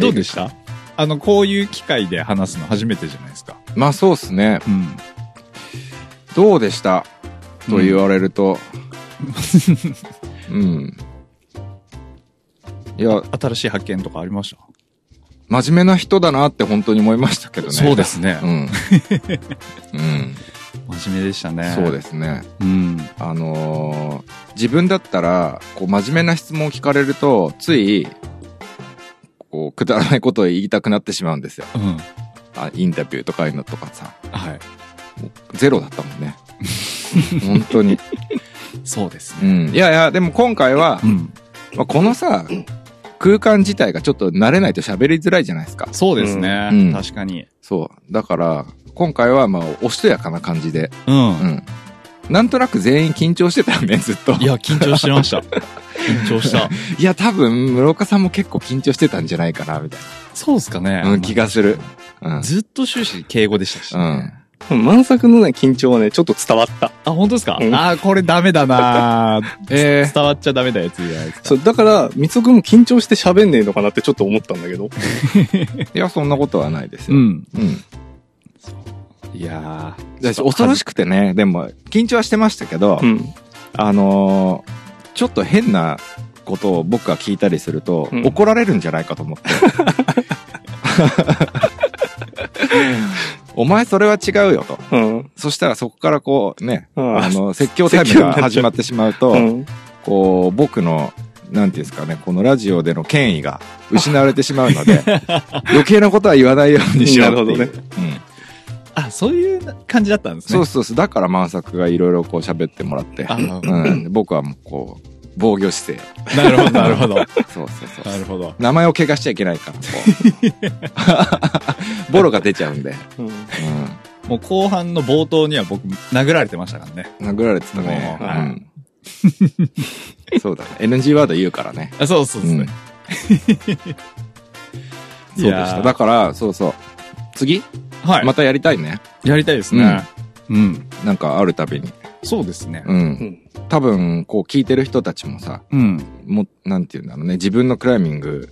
どうでしたあの、こういう機会で話すの初めてじゃないですか。まあ、そうっすね。うん。どうでしたと言われると。うん。いや、新しい発見とかありました真面目な人だなって本当に思いましたけどね。そうですねう。ん。うん。真面目でしたね。。そうですすね。うん。あのー自分だったら、こう、真面目な質問を聞かれると、つい、こう、くだらないことを言いたくなってしまうんですよ。うん。あ、インタビューとかいうのとかさ。はい。ゼロだったも [laughs] んね。本当に。そうですうね。ん。いやいや、でも今回はう、ん。まあ、このさ、空間自体がちょっと慣れないと喋りづらいじゃないですか。そうですね。うん確かに。そう。だから、今回は、まあ、おしとやかな感じで、うんうん。なんとなく全員緊張してたよね、ずっと。いや、緊張してました。緊張した。いや、多分、室岡さんも結構緊張してたんじゃないかな、みたいそうっすかね。な、うん、気がする。うん。ずっと終始敬語でしたしうんね。。満作のね、緊張はね、ちょっと伝わった。あ、本当ですか、うんあーこれダメだな [laughs] ええ伝わっちゃダメなやつじゃないですか。そう、だから、三つくんも緊張して喋んねえのかなってちょっと思ったんだけど。いや、そんなことはないですうよ。ん。うん。いやー私、恐ろしくてね、でも、緊張はしてましたけど、うん。あのーちょっと変なことを僕が聞いたりすると、うん怒られるんじゃないかと思って。お前それは違うよと。うん。そしたらそこからこうね、うんあの、説教タイムが始まってしまうと、うん。こう、僕の、なんていうんですかね、このラジオでの権威が失われてしまうの [laughs] で、余計なことは言わないようにしようっていう。なるほうんあ、そういう感じだったんですね。そうそうそう。だから満作がいろいろこう喋ってもらって、あーうん、 [laughs] 僕はもうこう、防御姿勢。なるほど、なるほど。なそうそうそう。るほど。名前を怪我しちゃいけないから、こ [laughs] うボロが出ちゃうんで。うんもう後半の冒頭には僕、殴られてましたからね。うん。殴られてたね。もうはいうんそうだね。NG ワード言うからね。あ [laughs] そうそうですね。そういでしやーた。だから、そうそう。次はい。またやりたいね。やりたいですね。うん。なんかあるたびに。そうですね。うん。多分、こう聞いてる人たちもさ、うん。もう、なんていうんだろうね、自分のクライミング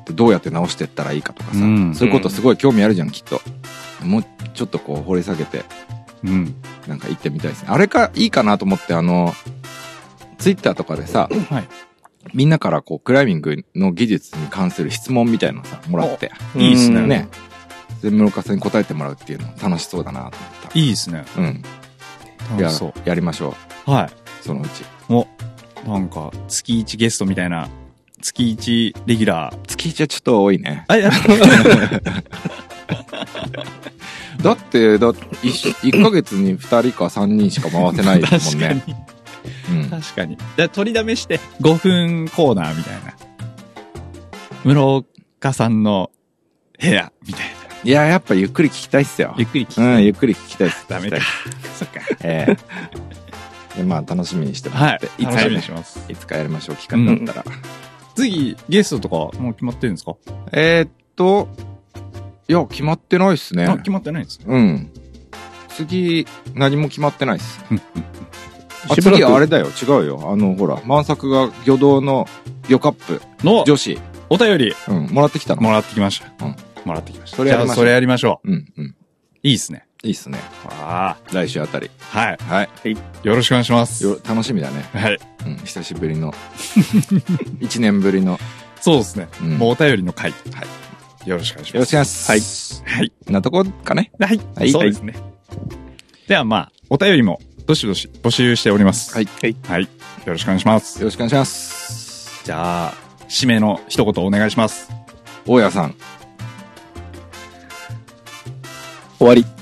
ってどうやって直してったらいいかとかさ、うんそういうことすごい興味あるじゃん、きっと。もうちょっとこう掘り下げて、うん。なんか行ってみたいですね。あれか、いいかなと思って、あの、ツイッターとかでさ、はいみんなからこう、クライミングの技術に関する質問みたいなのさ、もらって、いいですね。ね。で、室岡さんに答えてもらうっていうの楽しそうだなと思った。いいですね。うん。や楽しそやりましょう。はう、そのうち。い。なんか、月1ゲストみたいな、月1レギュラー。月一はちょっと多いね。あ、 [laughs] いや、だって、だ1 [laughs] ヶ月に2人か3人しか回せないです確もんかね。に。うん確かに。で、取りだめして、5分コーナーみたいな。室岡さんの部屋、みたいな。いや、やっぱゆっくり聞きたいっすよ。ゆっくり聞ういん、ゆっくり聞きたいっす。ダメだ聞き。そっか。たいっす。ええでまあ、楽しみにしてもらはって、い。つ楽かしみにねします。いつかやりましょう、企画だったら。次、ゲストとか、もう決まってるんですかえーっと、いや、決まってないっすねあ、。決まってないんですねうん。次、何も決まってないっすうん。あしばらく次、あれだよ、違うよ。あの、ほら、満作が魚道の魚カップ、の、女子、お便り、うん、もらってきたの。もらってきました。うんもらってきました。それやりじゃましょうあそれやりましょうん、うん。う。いいですね。いいっすね。あ来週あたり。あ。はい。はい。よろしくお願いします。よ楽しみだね。はい。うん、久しぶりの。1年ぶりの。そうですね。うんもうお便りの回。はい。よろしくお願いしよろましす。くお願いします。はい。なとこかね。はい。はいそうですね。ではまあ、お便りも、どしどし募集しております。はい。はい。よろしくお願いします。よろしくお願いします。じゃあ、締めの一言お願いします。大家さん。終わり。